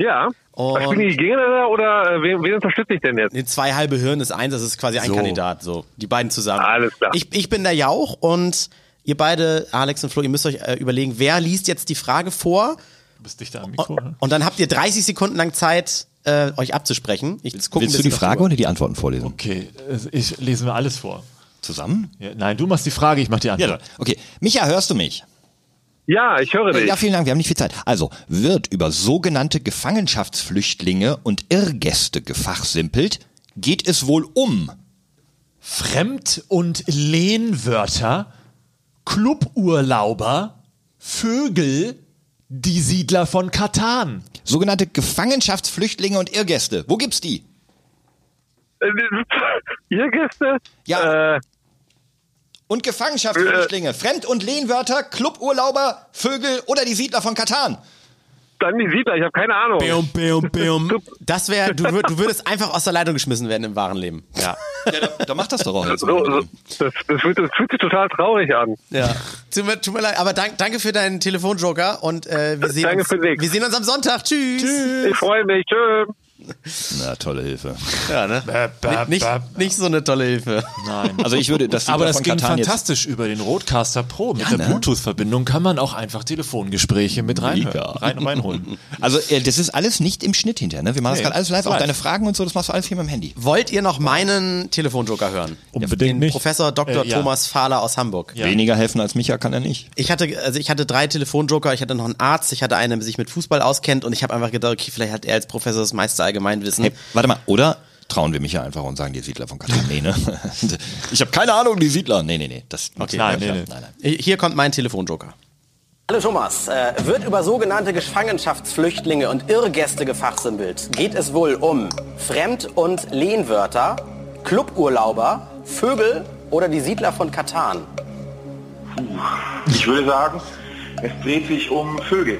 Speaker 7: Ja. Was bin
Speaker 2: Und
Speaker 7: ich Gegner oder äh, wen, wen unterstütze ich denn jetzt?
Speaker 2: nee, zwei halbe Hirn ist eins, das ist quasi ein
Speaker 3: So.
Speaker 2: Kandidat. So, die beiden zusammen.
Speaker 7: Alles klar.
Speaker 2: Ich, ich bin der Jauch und ihr beide, Alex und Flo, ihr müsst euch äh, überlegen, wer liest jetzt die Frage vor?
Speaker 3: Du bist dichter am Mikro. ne?
Speaker 2: Und dann habt ihr 30 Sekunden lang Zeit, äh, euch abzusprechen. Ich guck ein
Speaker 1: Willst du die
Speaker 2: bisschen
Speaker 1: Frage
Speaker 2: was
Speaker 1: oder die Antworten vorlesen?
Speaker 3: Okay, äh, ich lese mir alles vor.
Speaker 1: Zusammen?
Speaker 3: Ja, nein, du machst die Frage, ich mach die Antwort.
Speaker 1: Okay. Micha, hörst du mich?
Speaker 7: Ja, ich höre dich.
Speaker 1: Äh, Ja, vielen Dank, wir haben nicht viel Zeit. Also, wird über sogenannte Gefangenschaftsflüchtlinge und Irrgäste gefachsimpelt, geht es wohl um
Speaker 3: Fremd- und Lehnwörter, Cluburlauber, Vögel, die Siedler von Katan.
Speaker 1: sogenannte Gefangenschaftsflüchtlinge und Irrgäste. Wo gibt's die?
Speaker 7: Äh, Ihr Gäste?
Speaker 1: Ja.
Speaker 7: ne? Äh,
Speaker 1: Und Gefangenschaftsflüchtlinge, Fremd- und Lehnwörter, Cluburlauber, Vögel oder die Siedler von Katan.
Speaker 7: dann die Siedler, ich habe keine Ahnung.
Speaker 2: Bium, bium, bium. Das wäre, du, würd, du würdest einfach aus der Leitung geschmissen werden im wahren Leben. Ja.
Speaker 1: Ja, da, da macht das doch auch. jetzt.
Speaker 7: So, so, das, das, fühlt, das fühlt sich total traurig an.
Speaker 2: ja. Tut, mir, tut mir leid, aber dank, danke für deinen Telefonjoker und äh, wir, sehen
Speaker 7: Danke
Speaker 2: uns,
Speaker 7: für den Weg.
Speaker 2: wir sehen uns am Sonntag. Tschüss.
Speaker 7: Ich freue mich. Tschö.
Speaker 1: Na, tolle Hilfe.
Speaker 2: Ja, ne? Nicht, nicht, nicht so eine tolle Hilfe.
Speaker 3: Nein.
Speaker 1: Also ich würde das Siedler
Speaker 3: Aber das
Speaker 1: von
Speaker 3: ging
Speaker 1: Katan jetzt-
Speaker 3: fantastisch über den Roadcaster Pro. Mit der Bluetooth-Verbindung kann man auch einfach Telefongespräche mit rein,
Speaker 1: Mega.
Speaker 3: rein reinholen.
Speaker 1: Also äh, das ist alles nicht im Schnitt hinterher. Ne? Wir machen das
Speaker 3: Nee,
Speaker 1: gerade alles live, auch
Speaker 3: live.
Speaker 1: deine Fragen und so, das machst du alles hier mit dem Handy.
Speaker 2: Wollt ihr noch meinen Telefonjoker hören?
Speaker 3: Unbedingt
Speaker 2: Den
Speaker 3: nicht.
Speaker 2: Professor Dr.
Speaker 3: Äh, ja.
Speaker 2: Thomas Fahler aus Hamburg.
Speaker 3: Ja.
Speaker 1: Weniger helfen als Micha kann er nicht.
Speaker 2: Ich hatte, also ich hatte drei Telefonjoker, ich hatte noch einen Arzt, ich hatte einen, der sich mit Fußball auskennt und ich habe einfach gedacht, okay, vielleicht hat er als Professor das meiste Allgemeinwissen.
Speaker 1: Hey, warte mal, oder trauen wir Micha einfach und sagen die Siedler von Katan? Nee, ne? Ich habe keine Ahnung, die Siedler. Nee, nee, nee. Das, okay,
Speaker 3: nein, nee,
Speaker 1: nein,
Speaker 3: nee.
Speaker 1: nein, nein.
Speaker 2: Hier kommt mein Telefonjoker.
Speaker 8: Alle Thomas, äh, wird über sogenannte Gefangenschaftsflüchtlinge und Irrgäste gefachsimpelt, geht es wohl um Fremd- und Lehnwörter, Cluburlauber, Vögel oder die Siedler von Katan?
Speaker 9: Ich würde sagen, es dreht sich um Vögel.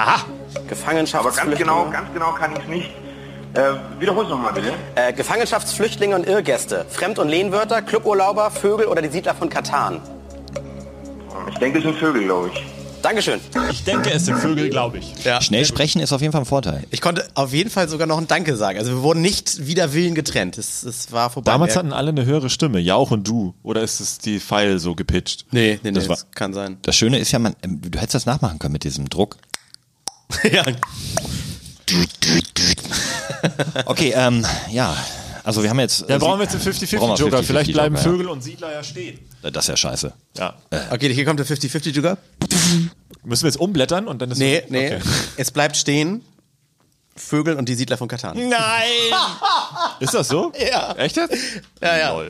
Speaker 9: Aber ganz
Speaker 8: Gefangenschaftsflüchtlinge,
Speaker 9: genau, ganz genau kann ich es nicht. Äh, wiederhol's nochmal bitte.
Speaker 8: äh, Gefangenschaftsflüchtlinge und Irrgäste, Fremd- und Lehnwörter, Cluburlauber, Vögel oder die Siedler von Katan?
Speaker 9: Ich denke, es sind Vögel, glaube ich.
Speaker 8: Dankeschön.
Speaker 3: Ich denke, es sind Vögel, glaube ich.
Speaker 1: Schnell sprechen ist auf jeden Fall ein Vorteil.
Speaker 2: Ich konnte auf jeden Fall sogar noch ein Danke sagen. Also wir wurden nicht wider Willen getrennt. Es, es war vorbei.
Speaker 3: Damals
Speaker 2: Wir-
Speaker 3: hatten alle eine höhere Stimme, ja auch und du. Oder ist es die Pfeil so gepitcht?
Speaker 2: Nee, nee, nee, das,
Speaker 1: war-
Speaker 2: kann sein.
Speaker 1: Das Schöne ist ja, man, ähm, du hättest das nachmachen können mit diesem Druck.
Speaker 2: ja.
Speaker 1: Okay, ähm, ja. Also wir haben jetzt.
Speaker 3: Da brauchen wir jetzt einen 50-50-Joker. Vielleicht bleiben Vögel und Siedler ja stehen.
Speaker 1: Ja. Das ist ja scheiße.
Speaker 3: Ja.
Speaker 2: Okay, hier kommt der 50-50-Joker.
Speaker 3: Müssen wir jetzt umblättern und dann ist
Speaker 2: Nee, nee.
Speaker 3: Okay.
Speaker 2: Es bleibt stehen. Vögel und die Siedler von Katan.
Speaker 1: Nein!
Speaker 3: Ist das so?
Speaker 2: Ja.
Speaker 3: Echt jetzt?
Speaker 2: Ja, ja.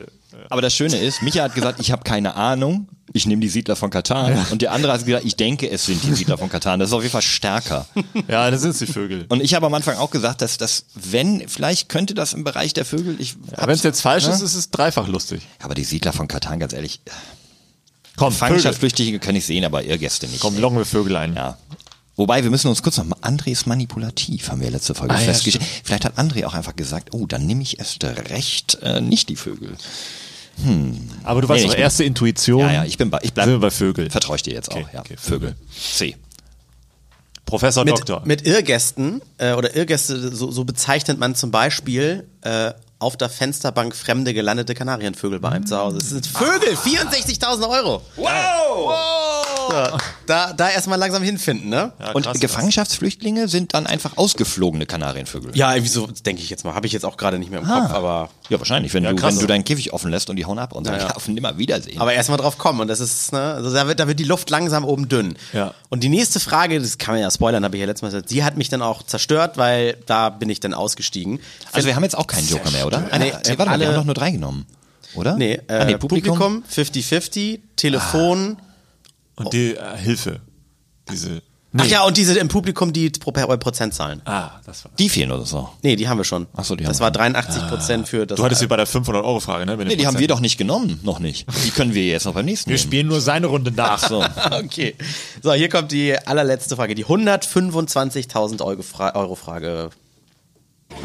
Speaker 1: Aber das Schöne ist, Micha hat gesagt, ich habe keine Ahnung. Ich nehme die Siedler von Katan. Und der andere hat gesagt, ich denke, es sind die Siedler von Katan. Das ist auf jeden Fall stärker.
Speaker 3: Ja, das sind die Vögel.
Speaker 1: Und ich habe am Anfang auch gesagt, dass das, wenn, vielleicht könnte das im Bereich der Vögel. Ich
Speaker 3: Aber wenn es jetzt falsch
Speaker 1: ne?
Speaker 3: ist, ist es dreifach lustig.
Speaker 1: Aber die Siedler von Katan, ganz ehrlich, äh,
Speaker 3: Komm, Vögel.
Speaker 1: Gefangenschaftflüchtige kann ich sehen, aber Irrgäste nicht.
Speaker 3: Komm, loggen wir Vögel ein.
Speaker 1: Ja. Wobei, wir müssen uns kurz noch mal, André ist manipulativ, haben wir letzte Folge
Speaker 3: Ah, ja,
Speaker 1: festgestellt. Vielleicht hat André auch einfach gesagt, oh, dann nehme ich erst recht äh, nicht die Vögel.
Speaker 3: Aber du weißt
Speaker 1: Nee,
Speaker 3: doch,
Speaker 1: ich bin-
Speaker 3: erste Intuition.
Speaker 1: Ja, ja, ich bin bei, ich
Speaker 3: Sind wir
Speaker 1: bleibe
Speaker 3: bei Vögel.
Speaker 1: Vertraue ich dir jetzt
Speaker 3: Okay,
Speaker 1: auch, ja.
Speaker 3: okay,
Speaker 1: Vögel.
Speaker 3: Vögel.
Speaker 1: C.
Speaker 3: Professor Doktor.
Speaker 2: Mit, mit Irrgästen äh, oder Irrgäste, so, so bezeichnet man zum Beispiel äh, auf der Fensterbank fremde gelandete Kanarienvögel bei einem zu Hause. Das sind Vögel, 64.000 Euro. Wow! So, da, da erstmal langsam hinfinden, ne?
Speaker 3: Ja,
Speaker 1: Und
Speaker 3: krass, krass.
Speaker 1: Gefangenschaftsflüchtlinge sind dann einfach ausgeflogene Kanarienvögel.
Speaker 2: Ja, irgendwie so denke ich jetzt mal. Habe ich jetzt auch gerade nicht mehr im
Speaker 3: Ah.
Speaker 2: Kopf, aber.
Speaker 1: Ja, wahrscheinlich, wenn, du,
Speaker 3: krass.
Speaker 1: wenn du deinen Käfig offen lässt und die hauen ab und sagen,
Speaker 2: Ja,
Speaker 1: ja,
Speaker 2: ja.
Speaker 1: auf nimmer Wiedersehen.
Speaker 2: Aber erstmal drauf kommen und das ist, ne, also da wird, da wird die Luft langsam oben dünn.
Speaker 3: Ja.
Speaker 2: Und die nächste Frage, das kann man ja spoilern, habe ich ja letztes Mal gesagt, die hat mich dann auch zerstört, weil da bin ich dann ausgestiegen.
Speaker 1: also wir haben jetzt auch keinen Joker mehr, oder? Ah, nee,
Speaker 2: Nee,
Speaker 1: nee, warte mal, wir
Speaker 2: alle-
Speaker 1: haben doch nur drei genommen, oder?
Speaker 2: Nee, äh,
Speaker 1: ah, nee Publikum. Ah,
Speaker 2: Publikum 50-50, Telefon.
Speaker 3: Und die äh, Hilfe. Diese.
Speaker 2: Ach ja, und diese im Publikum die Pro Prozentzahlen.
Speaker 3: Ah, das war.
Speaker 1: Die fehlen oder so.
Speaker 2: Nee, die haben wir schon.
Speaker 1: Ach so, die
Speaker 2: das
Speaker 1: haben wir. Ah.
Speaker 2: war 83 Prozent für das.
Speaker 3: Du hattest sie bei der 500-Euro-Frage, ne?
Speaker 1: Nee, die haben wir doch nicht genommen, noch nicht. Die können wir jetzt noch beim nächsten
Speaker 3: Wir
Speaker 1: nehmen.
Speaker 3: spielen nur seine Runde nach.
Speaker 1: So.
Speaker 2: Okay. So, hier kommt die allerletzte Frage, die 125.000 Euro, Fra Euro Frage.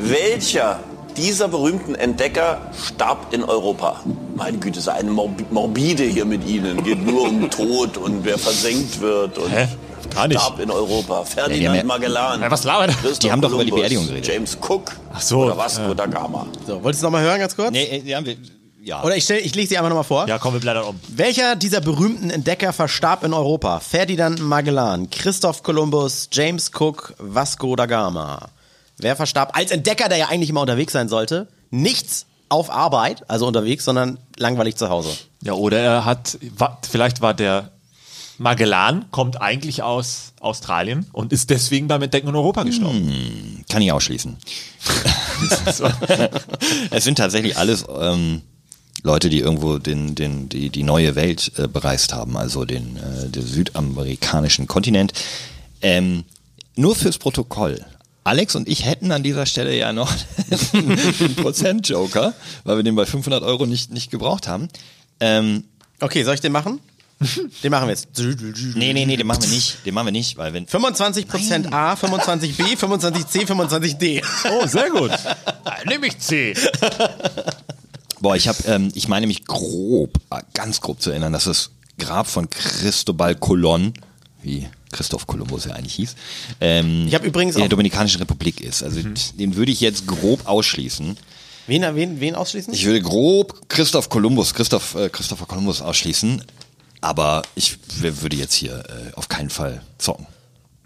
Speaker 5: Welcher dieser berühmten Entdecker starb in Europa? Meine Güte, so eine Morbi- Morbide hier mit Ihnen. Geht nur um Tod und wer versenkt wird. Und
Speaker 3: Hä? Gar nicht.
Speaker 5: starb in Europa.
Speaker 1: die haben
Speaker 5: Ferdinand
Speaker 1: ja-
Speaker 5: Magellan.
Speaker 3: Ja, was labert er?
Speaker 5: Christoph
Speaker 1: Die haben doch über die
Speaker 5: Kolumbus,
Speaker 1: Beerdigung geredet.
Speaker 5: James Cook. Ach
Speaker 3: so,
Speaker 5: Oder was?
Speaker 3: ja.
Speaker 5: Oder Gama.
Speaker 2: So, wolltest du nochmal hören, ganz kurz?
Speaker 1: Nee, äh, ja, wir, ja.
Speaker 2: Oder ich, stell- ich lege sie einfach nochmal vor.
Speaker 10: Ja, komm, wir blättern um.
Speaker 2: Welcher dieser berühmten Entdecker verstarb in Europa? Ferdinand Magellan, Christoph Kolumbus, James Cook, Vasco da Gama. Wer verstarb als Entdecker, der ja eigentlich immer unterwegs sein sollte? Nichts auf Arbeit, also unterwegs, sondern langweilig zu Hause.
Speaker 10: Ja, oder er hat, wa- vielleicht war der Magellan, kommt eigentlich aus Australien und ist deswegen beim Entdecken in Europa gestorben.
Speaker 1: Kann ich ausschließen. es sind tatsächlich alles ähm, Leute, die irgendwo den, den, die, die neue Welt äh, bereist haben, also den, äh, den südamerikanischen Kontinent. Ähm, nur fürs Protokoll. Alex und ich hätten an dieser Stelle ja noch den Prozent-Joker, weil wir den bei 500 Euro nicht, nicht gebraucht haben. Ähm,
Speaker 2: Okay, soll ich den machen? Den machen wir jetzt.
Speaker 1: nee, nee, nee, den machen wir nicht. Den machen wir nicht, weil wenn.
Speaker 2: 25% A, 25B, 25C, 25D.
Speaker 10: Oh, sehr gut. Nehme ich C.
Speaker 1: Boah, ich habe, ähm, ich meine mich grob, äh, ganz grob zu erinnern, dass das Grab von Cristobal Colon, wie Christoph Kolumbus ja eigentlich hieß, ähm,
Speaker 2: Ich habe übrigens
Speaker 1: in der
Speaker 2: auch. Mhm.
Speaker 1: Dominikanischen Republik ist. Also den würde ich jetzt grob ausschließen.
Speaker 2: Wen, wen, wen ausschließen?
Speaker 1: Ich würde grob Christoph Kolumbus, Christoph, äh, Christopher Kolumbus ausschließen, aber ich w- würde jetzt hier äh, auf keinen Fall zocken.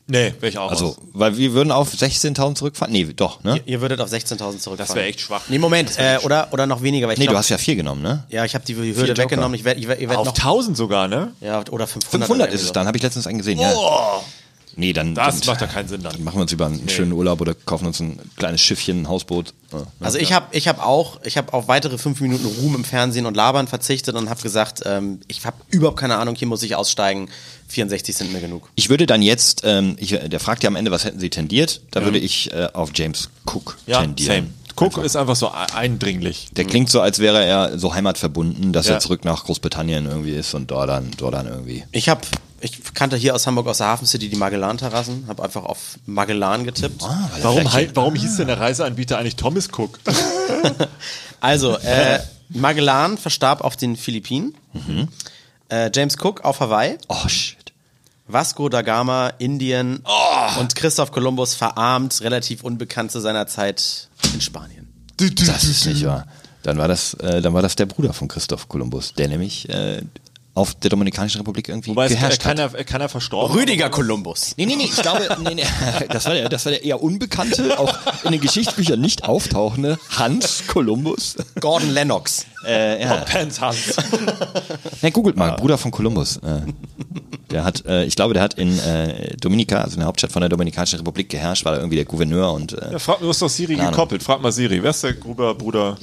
Speaker 3: Nee, wäre ich auch.
Speaker 1: Also,
Speaker 3: raus.
Speaker 1: weil wir würden auf 16.000 zurückfahren. Nee, doch, ne?
Speaker 2: Ihr würdet auf 16.000 zurückfallen. Das
Speaker 3: wäre echt schwach.
Speaker 2: Nee, Moment, äh, oder, oder noch weniger, weil ich
Speaker 1: Nee,
Speaker 2: glaub-
Speaker 1: du hast ja vier genommen, ne?
Speaker 2: Ja, ich habe die Hürde
Speaker 1: Joker.
Speaker 2: weggenommen. Ich werd, ich werd, ich werd
Speaker 3: auf
Speaker 2: noch,
Speaker 3: 1000 sogar, ne?
Speaker 2: ja, oder 500.
Speaker 1: 500
Speaker 2: oder
Speaker 1: ist es
Speaker 2: so.
Speaker 1: dann, habe ich letztens einen gesehen, ja. Nee, dann,
Speaker 3: Das
Speaker 1: dann,
Speaker 3: macht ja keinen Sinn dann.
Speaker 1: Dann machen wir uns über einen schönen Urlaub oder kaufen uns ein kleines Schiffchen, ein Hausboot. ne? Ja.
Speaker 2: Also ich habe ich hab auch, ich habe auf weitere fünf Minuten Ruhm im Fernsehen und Labern verzichtet und habe gesagt, ähm, ich habe überhaupt keine Ahnung, hier muss ich aussteigen. 64 sind mir genug.
Speaker 1: Ich würde dann jetzt, ähm, ich, der fragt ja am Ende, was hätten Sie tendiert? Da würde ich äh, auf James Cook
Speaker 3: Ja, same.
Speaker 1: tendieren.
Speaker 3: Cook ist einfach so e- eindringlich.
Speaker 1: Der klingt so, als wäre er so heimatverbunden, dass
Speaker 3: Ja.
Speaker 1: er zurück nach Großbritannien irgendwie ist und dort dann, dort dann irgendwie.
Speaker 2: Ich habe, ich kannte hier aus Hamburg aus der Hafen City die Magellan-Terrassen, habe einfach auf Magellan getippt.
Speaker 1: Ah, Weil er
Speaker 3: Warum,
Speaker 1: vielleicht-
Speaker 3: halt, warum hieß denn der Reiseanbieter eigentlich Thomas Cook?
Speaker 2: Also, äh, Magellan verstarb auf den Philippinen,
Speaker 1: Mhm.
Speaker 2: äh, James Cook auf Hawaii,
Speaker 1: Oh shit.
Speaker 2: Vasco da Gama, Indien
Speaker 1: Oh.
Speaker 2: und Christoph Kolumbus verarmt, relativ unbekannt zu seiner Zeit in Spanien.
Speaker 1: Das ist nicht wahr. Dann war das, äh, dann war das der Bruder von Christoph Kolumbus, der nämlich äh, auf der Dominikanischen Republik irgendwie
Speaker 3: Wobei es äh,
Speaker 1: geherrscht hat.
Speaker 3: keiner, keiner verstorben.
Speaker 2: Rüdiger Kolumbus.
Speaker 1: Nee, nee, nee, ich glaube, nee, nee, das, war der, das war der eher unbekannte, auch in den Geschichtsbüchern nicht auftauchende Hans Kolumbus.
Speaker 2: Gordon Lennox.
Speaker 1: Äh, ja.
Speaker 3: Pants Hans.
Speaker 1: Nee, googelt mal, Bruder von Kolumbus. Äh, der hat, äh, ich glaube, der hat in äh, Dominika, also in der Hauptstadt von der Dominikanischen Republik geherrscht, war da irgendwie der Gouverneur und äh,
Speaker 3: Ja, frag, du hast doch Siri
Speaker 1: Ahnung.
Speaker 3: gekoppelt. Frag mal Siri, wer ist der Gruber Bruder?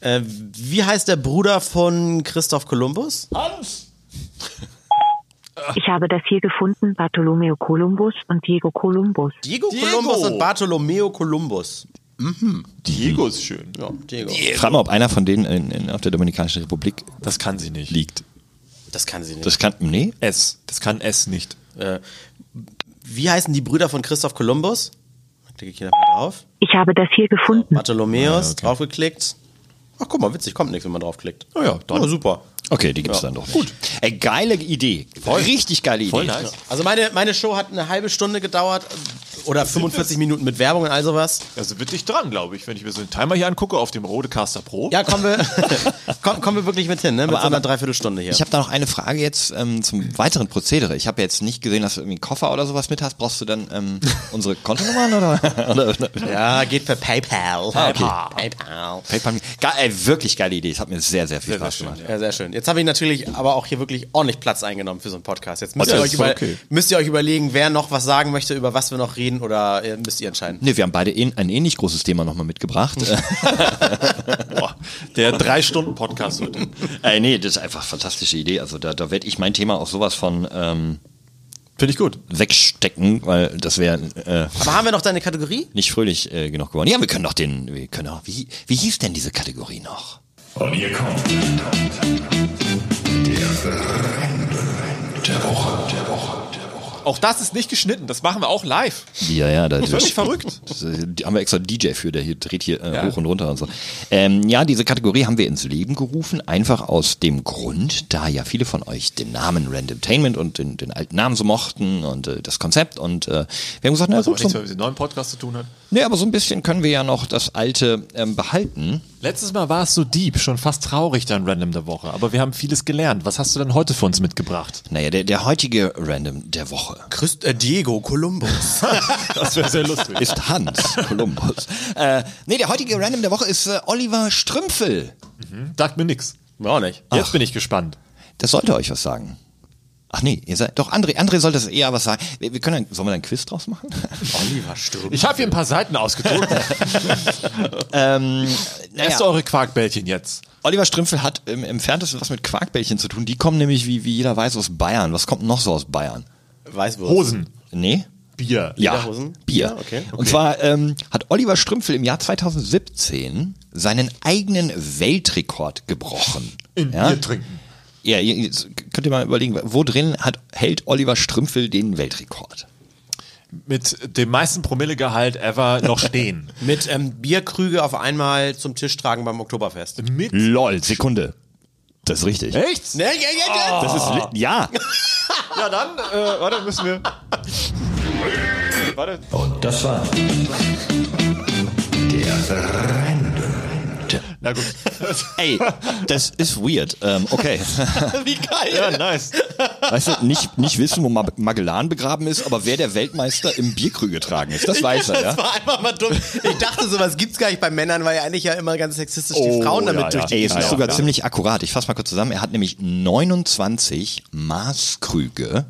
Speaker 2: Äh, wie heißt der Bruder von Christoph Kolumbus?
Speaker 11: Ich habe das hier gefunden, Bartolomeo Columbus und Diego Columbus.
Speaker 2: Diego Kolumbus und Bartolomeo Kolumbus.
Speaker 3: Diego ist schön.
Speaker 2: Ja, Diego.
Speaker 1: frag mal, ob einer von denen in, in, auf der Dominikanischen Republik
Speaker 3: Das kann sie nicht.
Speaker 1: liegt.
Speaker 2: Das kann sie nicht. Äh,
Speaker 1: Das kann, nee,
Speaker 3: S. Das kann S nicht.
Speaker 2: wie heißen die Brüder von Christoph Kolumbus? Da Klicke ich hier nochmal drauf.
Speaker 11: Ich habe das hier gefunden.
Speaker 2: Bartholomäus, draufgeklickt. Ach, guck mal, witzig, kommt nichts, wenn man draufklickt.
Speaker 3: Oh ja, dann-
Speaker 2: super.
Speaker 1: okay, die gibt's dann doch nicht. Gut. Ey, geile Idee. Richtig geile Idee.
Speaker 2: Also meine, meine Show hat eine halbe Stunde gedauert äh, oder 45 Minuten mit Werbung und all sowas.
Speaker 3: Also wird dich dran, glaube ich, wenn ich mir so den Timer hier angucke auf dem Rodecaster Pro.
Speaker 2: Ja, kommen wir, komm, kommen wir wirklich mit hin, ne? Mit so einer Dreiviertelstunde hier.
Speaker 1: Ich habe da noch eine Frage jetzt ähm, zum weiteren Prozedere. Ich habe jetzt nicht gesehen, dass du irgendwie einen Koffer oder sowas mit hast. Brauchst du dann ähm, unsere Kontonummern oder? oder, oder?
Speaker 2: ja, geht für PayPal.
Speaker 1: Ah, okay.
Speaker 2: PayPal.
Speaker 1: PayPal. Ge ey, wirklich geile Idee. Es hat mir sehr, sehr viel Spaß gemacht.
Speaker 2: Ja, sehr schön. Jetzt habe ich natürlich aber auch hier wirklich ordentlich Platz eingenommen für so einen Podcast. Jetzt müsst, ihr
Speaker 1: das
Speaker 2: euch,
Speaker 1: ist voll
Speaker 2: über,
Speaker 1: okay.
Speaker 2: müsst ihr euch überlegen, wer noch was sagen möchte, über was wir noch reden oder äh, müsst ihr entscheiden.
Speaker 1: Nee, wir haben beide ähn- ein ähnlich großes Thema nochmal mitgebracht.
Speaker 3: Boah, der drei Stunden Podcast heute.
Speaker 1: Ey, Äh, nee, das ist einfach eine fantastische Idee. Also da, da werde ich mein Thema auch sowas von ähm,
Speaker 3: Finde ich gut.
Speaker 1: wegstecken, weil das wäre äh,
Speaker 2: Aber haben wir noch deine Kategorie?
Speaker 1: nicht fröhlich äh, genug geworden. Ja, wir können doch den, wir können auch, wie, wie hieß denn diese Kategorie noch?
Speaker 9: Und hier kommt der Brand der Woche, der Woche, der Woche.
Speaker 3: Auch das ist nicht geschnitten. Das machen wir auch live.
Speaker 1: Ja, ja, da,
Speaker 3: Völlig
Speaker 1: das-
Speaker 3: verrückt.
Speaker 1: das- Die haben wir extra DJ für, der hier dreht hier äh,
Speaker 3: Ja.
Speaker 1: hoch und runter und so. Ähm, ja, diese Kategorie haben wir ins Leben gerufen, einfach aus dem Grund, da ja viele von euch den Namen Randomtainment und den, den alten Namen so mochten und äh, das Konzept und äh, wir haben gesagt, na
Speaker 3: Was aber
Speaker 1: gut, so,
Speaker 3: nichts mehr mit dem neuen Podcast zu tun hat.
Speaker 1: nee, aber so ein bisschen können wir ja noch das alte ähm, behalten.
Speaker 3: Letztes Mal war es so deep, schon fast traurig dann Random der Woche. Aber wir haben vieles gelernt. Was hast du denn heute für uns mitgebracht?
Speaker 1: Naja, der, der heutige Random der Woche
Speaker 2: Christ, äh, Diego Columbus.
Speaker 3: Das wäre sehr lustig.
Speaker 1: ist Hans Kolumbus. äh, nee, der heutige Random der Woche ist äh, Oliver Strümpfel.
Speaker 3: Sagt mir nix.
Speaker 2: Mir auch nicht.
Speaker 3: Jetzt bin ich gespannt.
Speaker 1: Das sollte euch was sagen. Ach nee, ihr seid. Doch, André, André sollte es eher was sagen. Wir, wir können, sollen wir da einen Quiz draus machen?
Speaker 2: Oliver Stürm.
Speaker 3: Ich habe hier ein paar Seiten ausgedruckt.
Speaker 1: ähm,
Speaker 3: Esst
Speaker 1: naja,
Speaker 3: eure Quarkbällchen jetzt.
Speaker 1: Oliver Strümpfel hat im entferntesten was mit Quarkbällchen zu tun. Die kommen nämlich, wie, wie jeder weiß, aus Bayern. Was kommt noch so aus Bayern?
Speaker 2: Weißwurst.
Speaker 3: Hosen.
Speaker 1: Nee?
Speaker 3: Bier.
Speaker 1: Ja,
Speaker 2: Lederhosen?
Speaker 1: Bier.
Speaker 2: Ja, okay.
Speaker 1: Und zwar ähm, hat Oliver Strümpfel im Jahr 2017 seinen eigenen Weltrekord gebrochen.
Speaker 3: In
Speaker 1: ja?
Speaker 3: Bier trinken.
Speaker 1: Ja, ihr- jetzt könnt ihr mal überlegen, wo drin hat, hält Oliver Strümpfel den Weltrekord?
Speaker 3: Mit dem meisten Promillegehalt ever noch stehen.
Speaker 2: Mit ähm, Bierkrüge auf einmal zum Tisch tragen beim Oktoberfest.
Speaker 1: Mhm.
Speaker 3: Mit.
Speaker 1: Lol, Sekunde. Das ist richtig.
Speaker 3: Echt?
Speaker 2: Ne, ja, ja, ja.
Speaker 1: Das ist li- ja.
Speaker 3: Ja, dann, äh, warte, müssen wir. Warte.
Speaker 12: Und das war der
Speaker 3: Na gut.
Speaker 1: Ey, das ist weird. Ähm, okay.
Speaker 3: Wie geil.
Speaker 1: ne?
Speaker 3: Ja, nice.
Speaker 1: Weißt du, nicht, nicht wissen, wo Ma- Magellan begraben ist, aber wer der Weltmeister im Bierkrüge tragen ist, das weiß er, ja?
Speaker 2: War einfach mal dumm. Ich dachte, sowas gibt's gar nicht bei Männern, weil ja eigentlich ja immer ganz sexistisch die Frauen damit durch die
Speaker 1: Oh, Ey, es
Speaker 2: Gegend
Speaker 1: ist
Speaker 2: laufen.
Speaker 1: sogar ziemlich akkurat. Ich fasse mal kurz zusammen. Er hat nämlich 29 Maßkrüge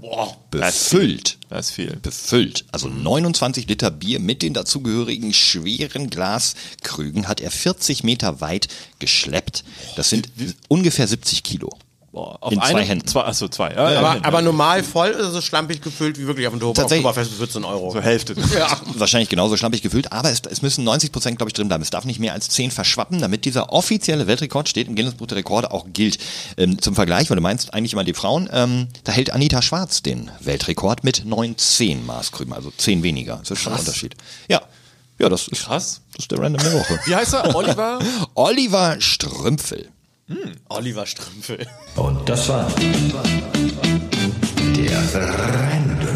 Speaker 1: befüllt.
Speaker 3: Das ist viel. Mhm.
Speaker 1: Befüllt. Also 29 Liter Bier mit den dazugehörigen schweren Glaskrügen hat er 40 Meter weit geschleppt. Das sind ungefähr 70 Kilo.
Speaker 3: Boah, auf
Speaker 1: In zwei
Speaker 3: einem-
Speaker 1: Händen.
Speaker 3: Zwei, achso, zwei.
Speaker 2: Aber, aber normal voll ist es so schlampig gefüllt wie wirklich auf dem Oktober-
Speaker 1: Tatsächlich.
Speaker 2: Oktoberfest für 14 Euro.
Speaker 3: so Hälfte. Ja.
Speaker 1: wahrscheinlich genauso schlampig gefüllt, aber es, es müssen 90 Prozent, glaube ich, drin bleiben. Es darf nicht mehr als 10 verschwappen, damit dieser offizielle Weltrekord steht im Guinness Buch der Rekorde auch gilt. Ähm, zum Vergleich, weil du meinst eigentlich immer die Frauen, ähm, da hält Anita Schwarz den Weltrekord mit 19 Maßkrügen, also 10 weniger. Das ist schon ein Unterschied. Ja. Ja, das ist,
Speaker 3: Krass.
Speaker 1: das ist der Random der Woche.
Speaker 3: Wie heißt er? Oliver? Hm,
Speaker 1: Oliver Strümpfel.
Speaker 2: Oliver Strümpfel.
Speaker 12: Und das war der Random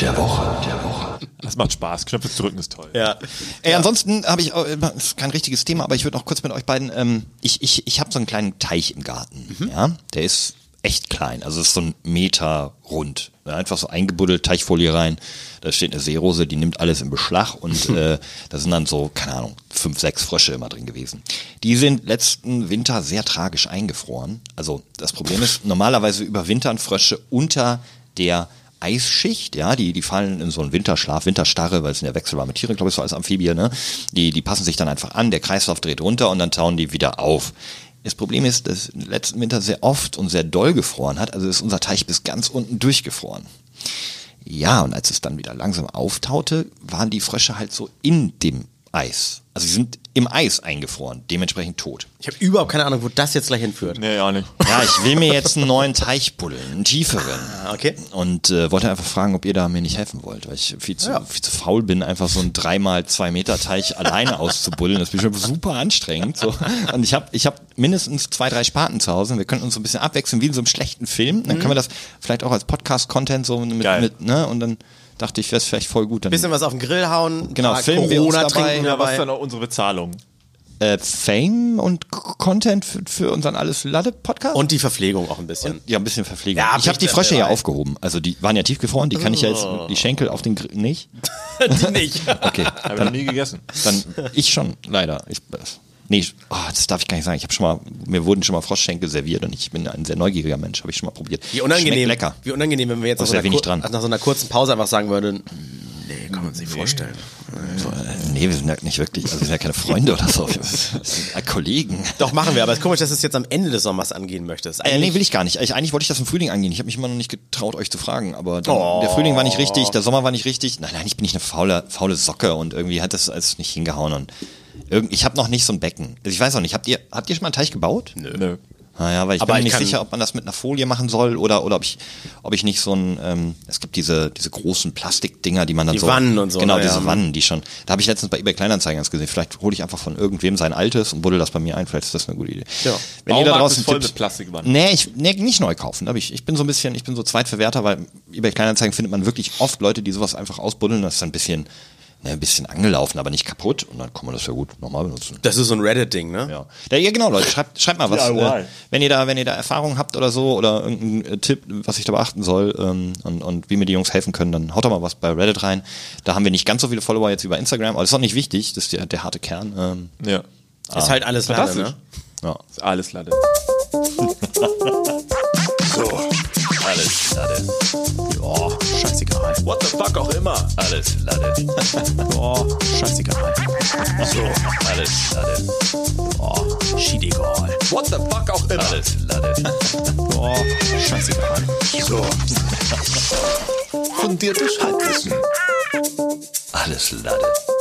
Speaker 12: der Woche. Der Woche.
Speaker 3: Das macht Spaß. Knöpfe zu drücken ist toll.
Speaker 2: Ja.
Speaker 1: Ey, ansonsten habe ich, äh, das ist kein richtiges Thema, aber ich würde noch kurz mit euch beiden, ähm, ich, ich, ich habe so einen kleinen Teich im Garten,
Speaker 2: Mhm.
Speaker 1: ja, der ist echt klein, also es ist so ein Meter rund, ja, einfach so eingebuddelt, Teichfolie rein, da steht eine Seerose, die nimmt alles in Beschlag und äh, da sind dann so, keine Ahnung, fünf, sechs Frösche immer drin gewesen. Die sind letzten Winter sehr tragisch eingefroren, also das Problem ist, normalerweise überwintern Frösche unter der Eisschicht, ja, die, die fallen in so einen Winterschlaf, Winterstarre, weil es sind ja wechselwarme Tiere, glaube ich, so als Amphibie, ne? Die, die passen sich dann einfach an, der Kreislauf dreht runter und dann tauen die wieder auf. Das Problem ist, dass im letzten Winter sehr oft und sehr doll gefroren hat, also ist unser Teich bis ganz unten durchgefroren. Ja, und als es dann wieder langsam auftaute, waren die Frösche halt so in dem Eis. Also sie sind im Eis eingefroren, dementsprechend tot.
Speaker 2: Ich habe überhaupt keine Ahnung, wo das jetzt gleich hinführt.
Speaker 3: Nee, auch nicht.
Speaker 1: Ja, ich will mir jetzt einen neuen Teich buddeln, einen tieferen.
Speaker 2: Ah, okay.
Speaker 1: Und äh, wollte einfach fragen, ob ihr da mir nicht helfen wollt, weil ich viel zu, viel zu faul bin, einfach so einen 3x2-Meter-Teich alleine auszubuddeln. Das ist bestimmt super anstrengend. So. Und ich habe ich hab mindestens zwei, drei Sparten zu Hause. Wir könnten uns so ein bisschen abwechseln, wie in so einem schlechten Film. Dann können
Speaker 2: Mhm.
Speaker 1: wir das vielleicht auch als Podcast-Content so mit,
Speaker 3: Geil.
Speaker 1: mit, ne? Und dann dachte ich, wäre es vielleicht voll gut. Dann,
Speaker 2: Bisschen was auf den Grill hauen.
Speaker 1: Genau,
Speaker 2: mal
Speaker 1: filmen wir uns
Speaker 2: Corona
Speaker 1: dabei.
Speaker 2: trinken
Speaker 1: Ja,
Speaker 3: Was
Speaker 2: dabei.
Speaker 3: ist dann auch unsere Bezahlung?
Speaker 1: äh, Fame und K- Content für, für unseren Alles-Lade-Podcast?
Speaker 2: Und die Verpflegung auch ein bisschen.
Speaker 1: Ja, ein bisschen Verpflegung.
Speaker 2: Ja,
Speaker 1: ich habe die
Speaker 2: bitte,
Speaker 1: Frösche ja
Speaker 2: ey.
Speaker 1: aufgehoben. Also die waren ja tiefgefroren, die kann ich ja jetzt die Schenkel auf den Grill nicht.
Speaker 2: die nicht.
Speaker 1: Okay,
Speaker 3: Habe ich noch
Speaker 1: dann,
Speaker 3: nie gegessen.
Speaker 1: dann ich schon, leider. Ich, nee, oh, das darf ich gar nicht sagen. Ich habe schon mal mir wurden schon mal Froschschenkel serviert und ich bin ein sehr neugieriger Mensch, habe ich schon mal probiert.
Speaker 2: Wie unangenehm,
Speaker 1: Schmeckt lecker.
Speaker 2: wie unangenehm, wenn wir jetzt
Speaker 1: Da
Speaker 2: nach
Speaker 1: ist
Speaker 2: so,
Speaker 1: ja
Speaker 2: einer
Speaker 1: wenig
Speaker 2: kur-
Speaker 1: dran.
Speaker 2: nach so einer kurzen Pause einfach sagen würden, nee, kann man sich vorstellen.
Speaker 1: So, äh, nee, wir sind ja nicht wirklich, also wir sind ja keine Freunde oder so. Wir sind ja Kollegen.
Speaker 2: Doch, machen wir, aber es ist komisch, dass du es jetzt am Ende des Sommers angehen möchtest.
Speaker 1: Äh, nee,
Speaker 2: Eigentlich-
Speaker 1: will ich gar nicht. Ich, eigentlich wollte ich das im Frühling angehen. Ich habe mich immer noch nicht getraut, euch zu fragen. Aber dann,
Speaker 2: Oh.
Speaker 1: der Frühling war nicht richtig, der Sommer war nicht richtig. Nein, nein, ich bin nicht eine faule, faule Socke und irgendwie hat das alles nicht hingehauen. Und irgend, ich habe noch nicht so ein Becken. Also Ich weiß auch nicht, habt ihr, habt ihr schon mal einen Teich gebaut?
Speaker 3: Nö.
Speaker 1: Naja, weil ich
Speaker 10: Aber
Speaker 1: bin mir
Speaker 10: ich
Speaker 1: nicht
Speaker 10: kann-
Speaker 1: sicher, ob man das mit einer Folie machen soll oder, oder ob ich, ob ich nicht so ein, ähm, es gibt diese, diese großen Plastikdinger, die man dann
Speaker 2: Die
Speaker 1: so.
Speaker 2: Wannen und so,
Speaker 1: Genau,
Speaker 2: ne,
Speaker 1: diese
Speaker 2: ja.
Speaker 1: Wannen, die schon. Da habe ich letztens bei eBay Kleinanzeigen das gesehen. Vielleicht hole ich einfach von irgendwem sein altes und buddel das bei mir ein. Vielleicht ist das eine gute Idee.
Speaker 10: Ja.
Speaker 1: Wenn ihr da
Speaker 10: Baumarkt
Speaker 1: draußen
Speaker 10: ist voll
Speaker 1: Tipps,
Speaker 10: mit Plastikwannen.
Speaker 1: Nee, ich, nee, nicht neu kaufen. Aber ich, ich bin so ein bisschen, ich bin so Zweitverwerter, weil eBay Kleinanzeigen findet man wirklich oft Leute, die sowas einfach ausbuddeln. Das ist ein bisschen, ne, ein bisschen angelaufen, aber nicht kaputt. Und dann kann man das ja gut nochmal benutzen.
Speaker 2: Das ist so ein Reddit-Ding, ne?
Speaker 1: Ja. Ja, ja, genau, Leute, schreibt, schreibt mal was.
Speaker 2: DIY.
Speaker 1: Äh, wenn ihr da, wenn ihr da Erfahrungen habt oder so oder irgendeinen äh, Tipp, was ich da beachten soll ähm, und, und wie mir die Jungs helfen können, dann haut doch mal was bei Reddit rein. Da haben wir nicht ganz so viele Follower jetzt wie bei Instagram, aber das ist auch nicht wichtig, das ist der, der harte Kern. Ähm,
Speaker 10: Ja.
Speaker 1: ah.
Speaker 2: Ist halt alles Lade,
Speaker 1: Fantastisch.
Speaker 2: ne?
Speaker 1: Ja.
Speaker 10: Ist alles Lade.
Speaker 5: So,
Speaker 1: alles Lade.
Speaker 2: Oh, scheißegal.
Speaker 5: What the fuck auch immer.
Speaker 1: Alles Lade.
Speaker 2: Oh, scheißegal.
Speaker 5: So,
Speaker 1: alles Lade.
Speaker 2: Oh, shit egal.
Speaker 5: What the fuck auch immer.
Speaker 1: Alles Lade.
Speaker 2: Oh, scheißegal.
Speaker 5: So. Fundiertes Halbwissen. Alles Lade.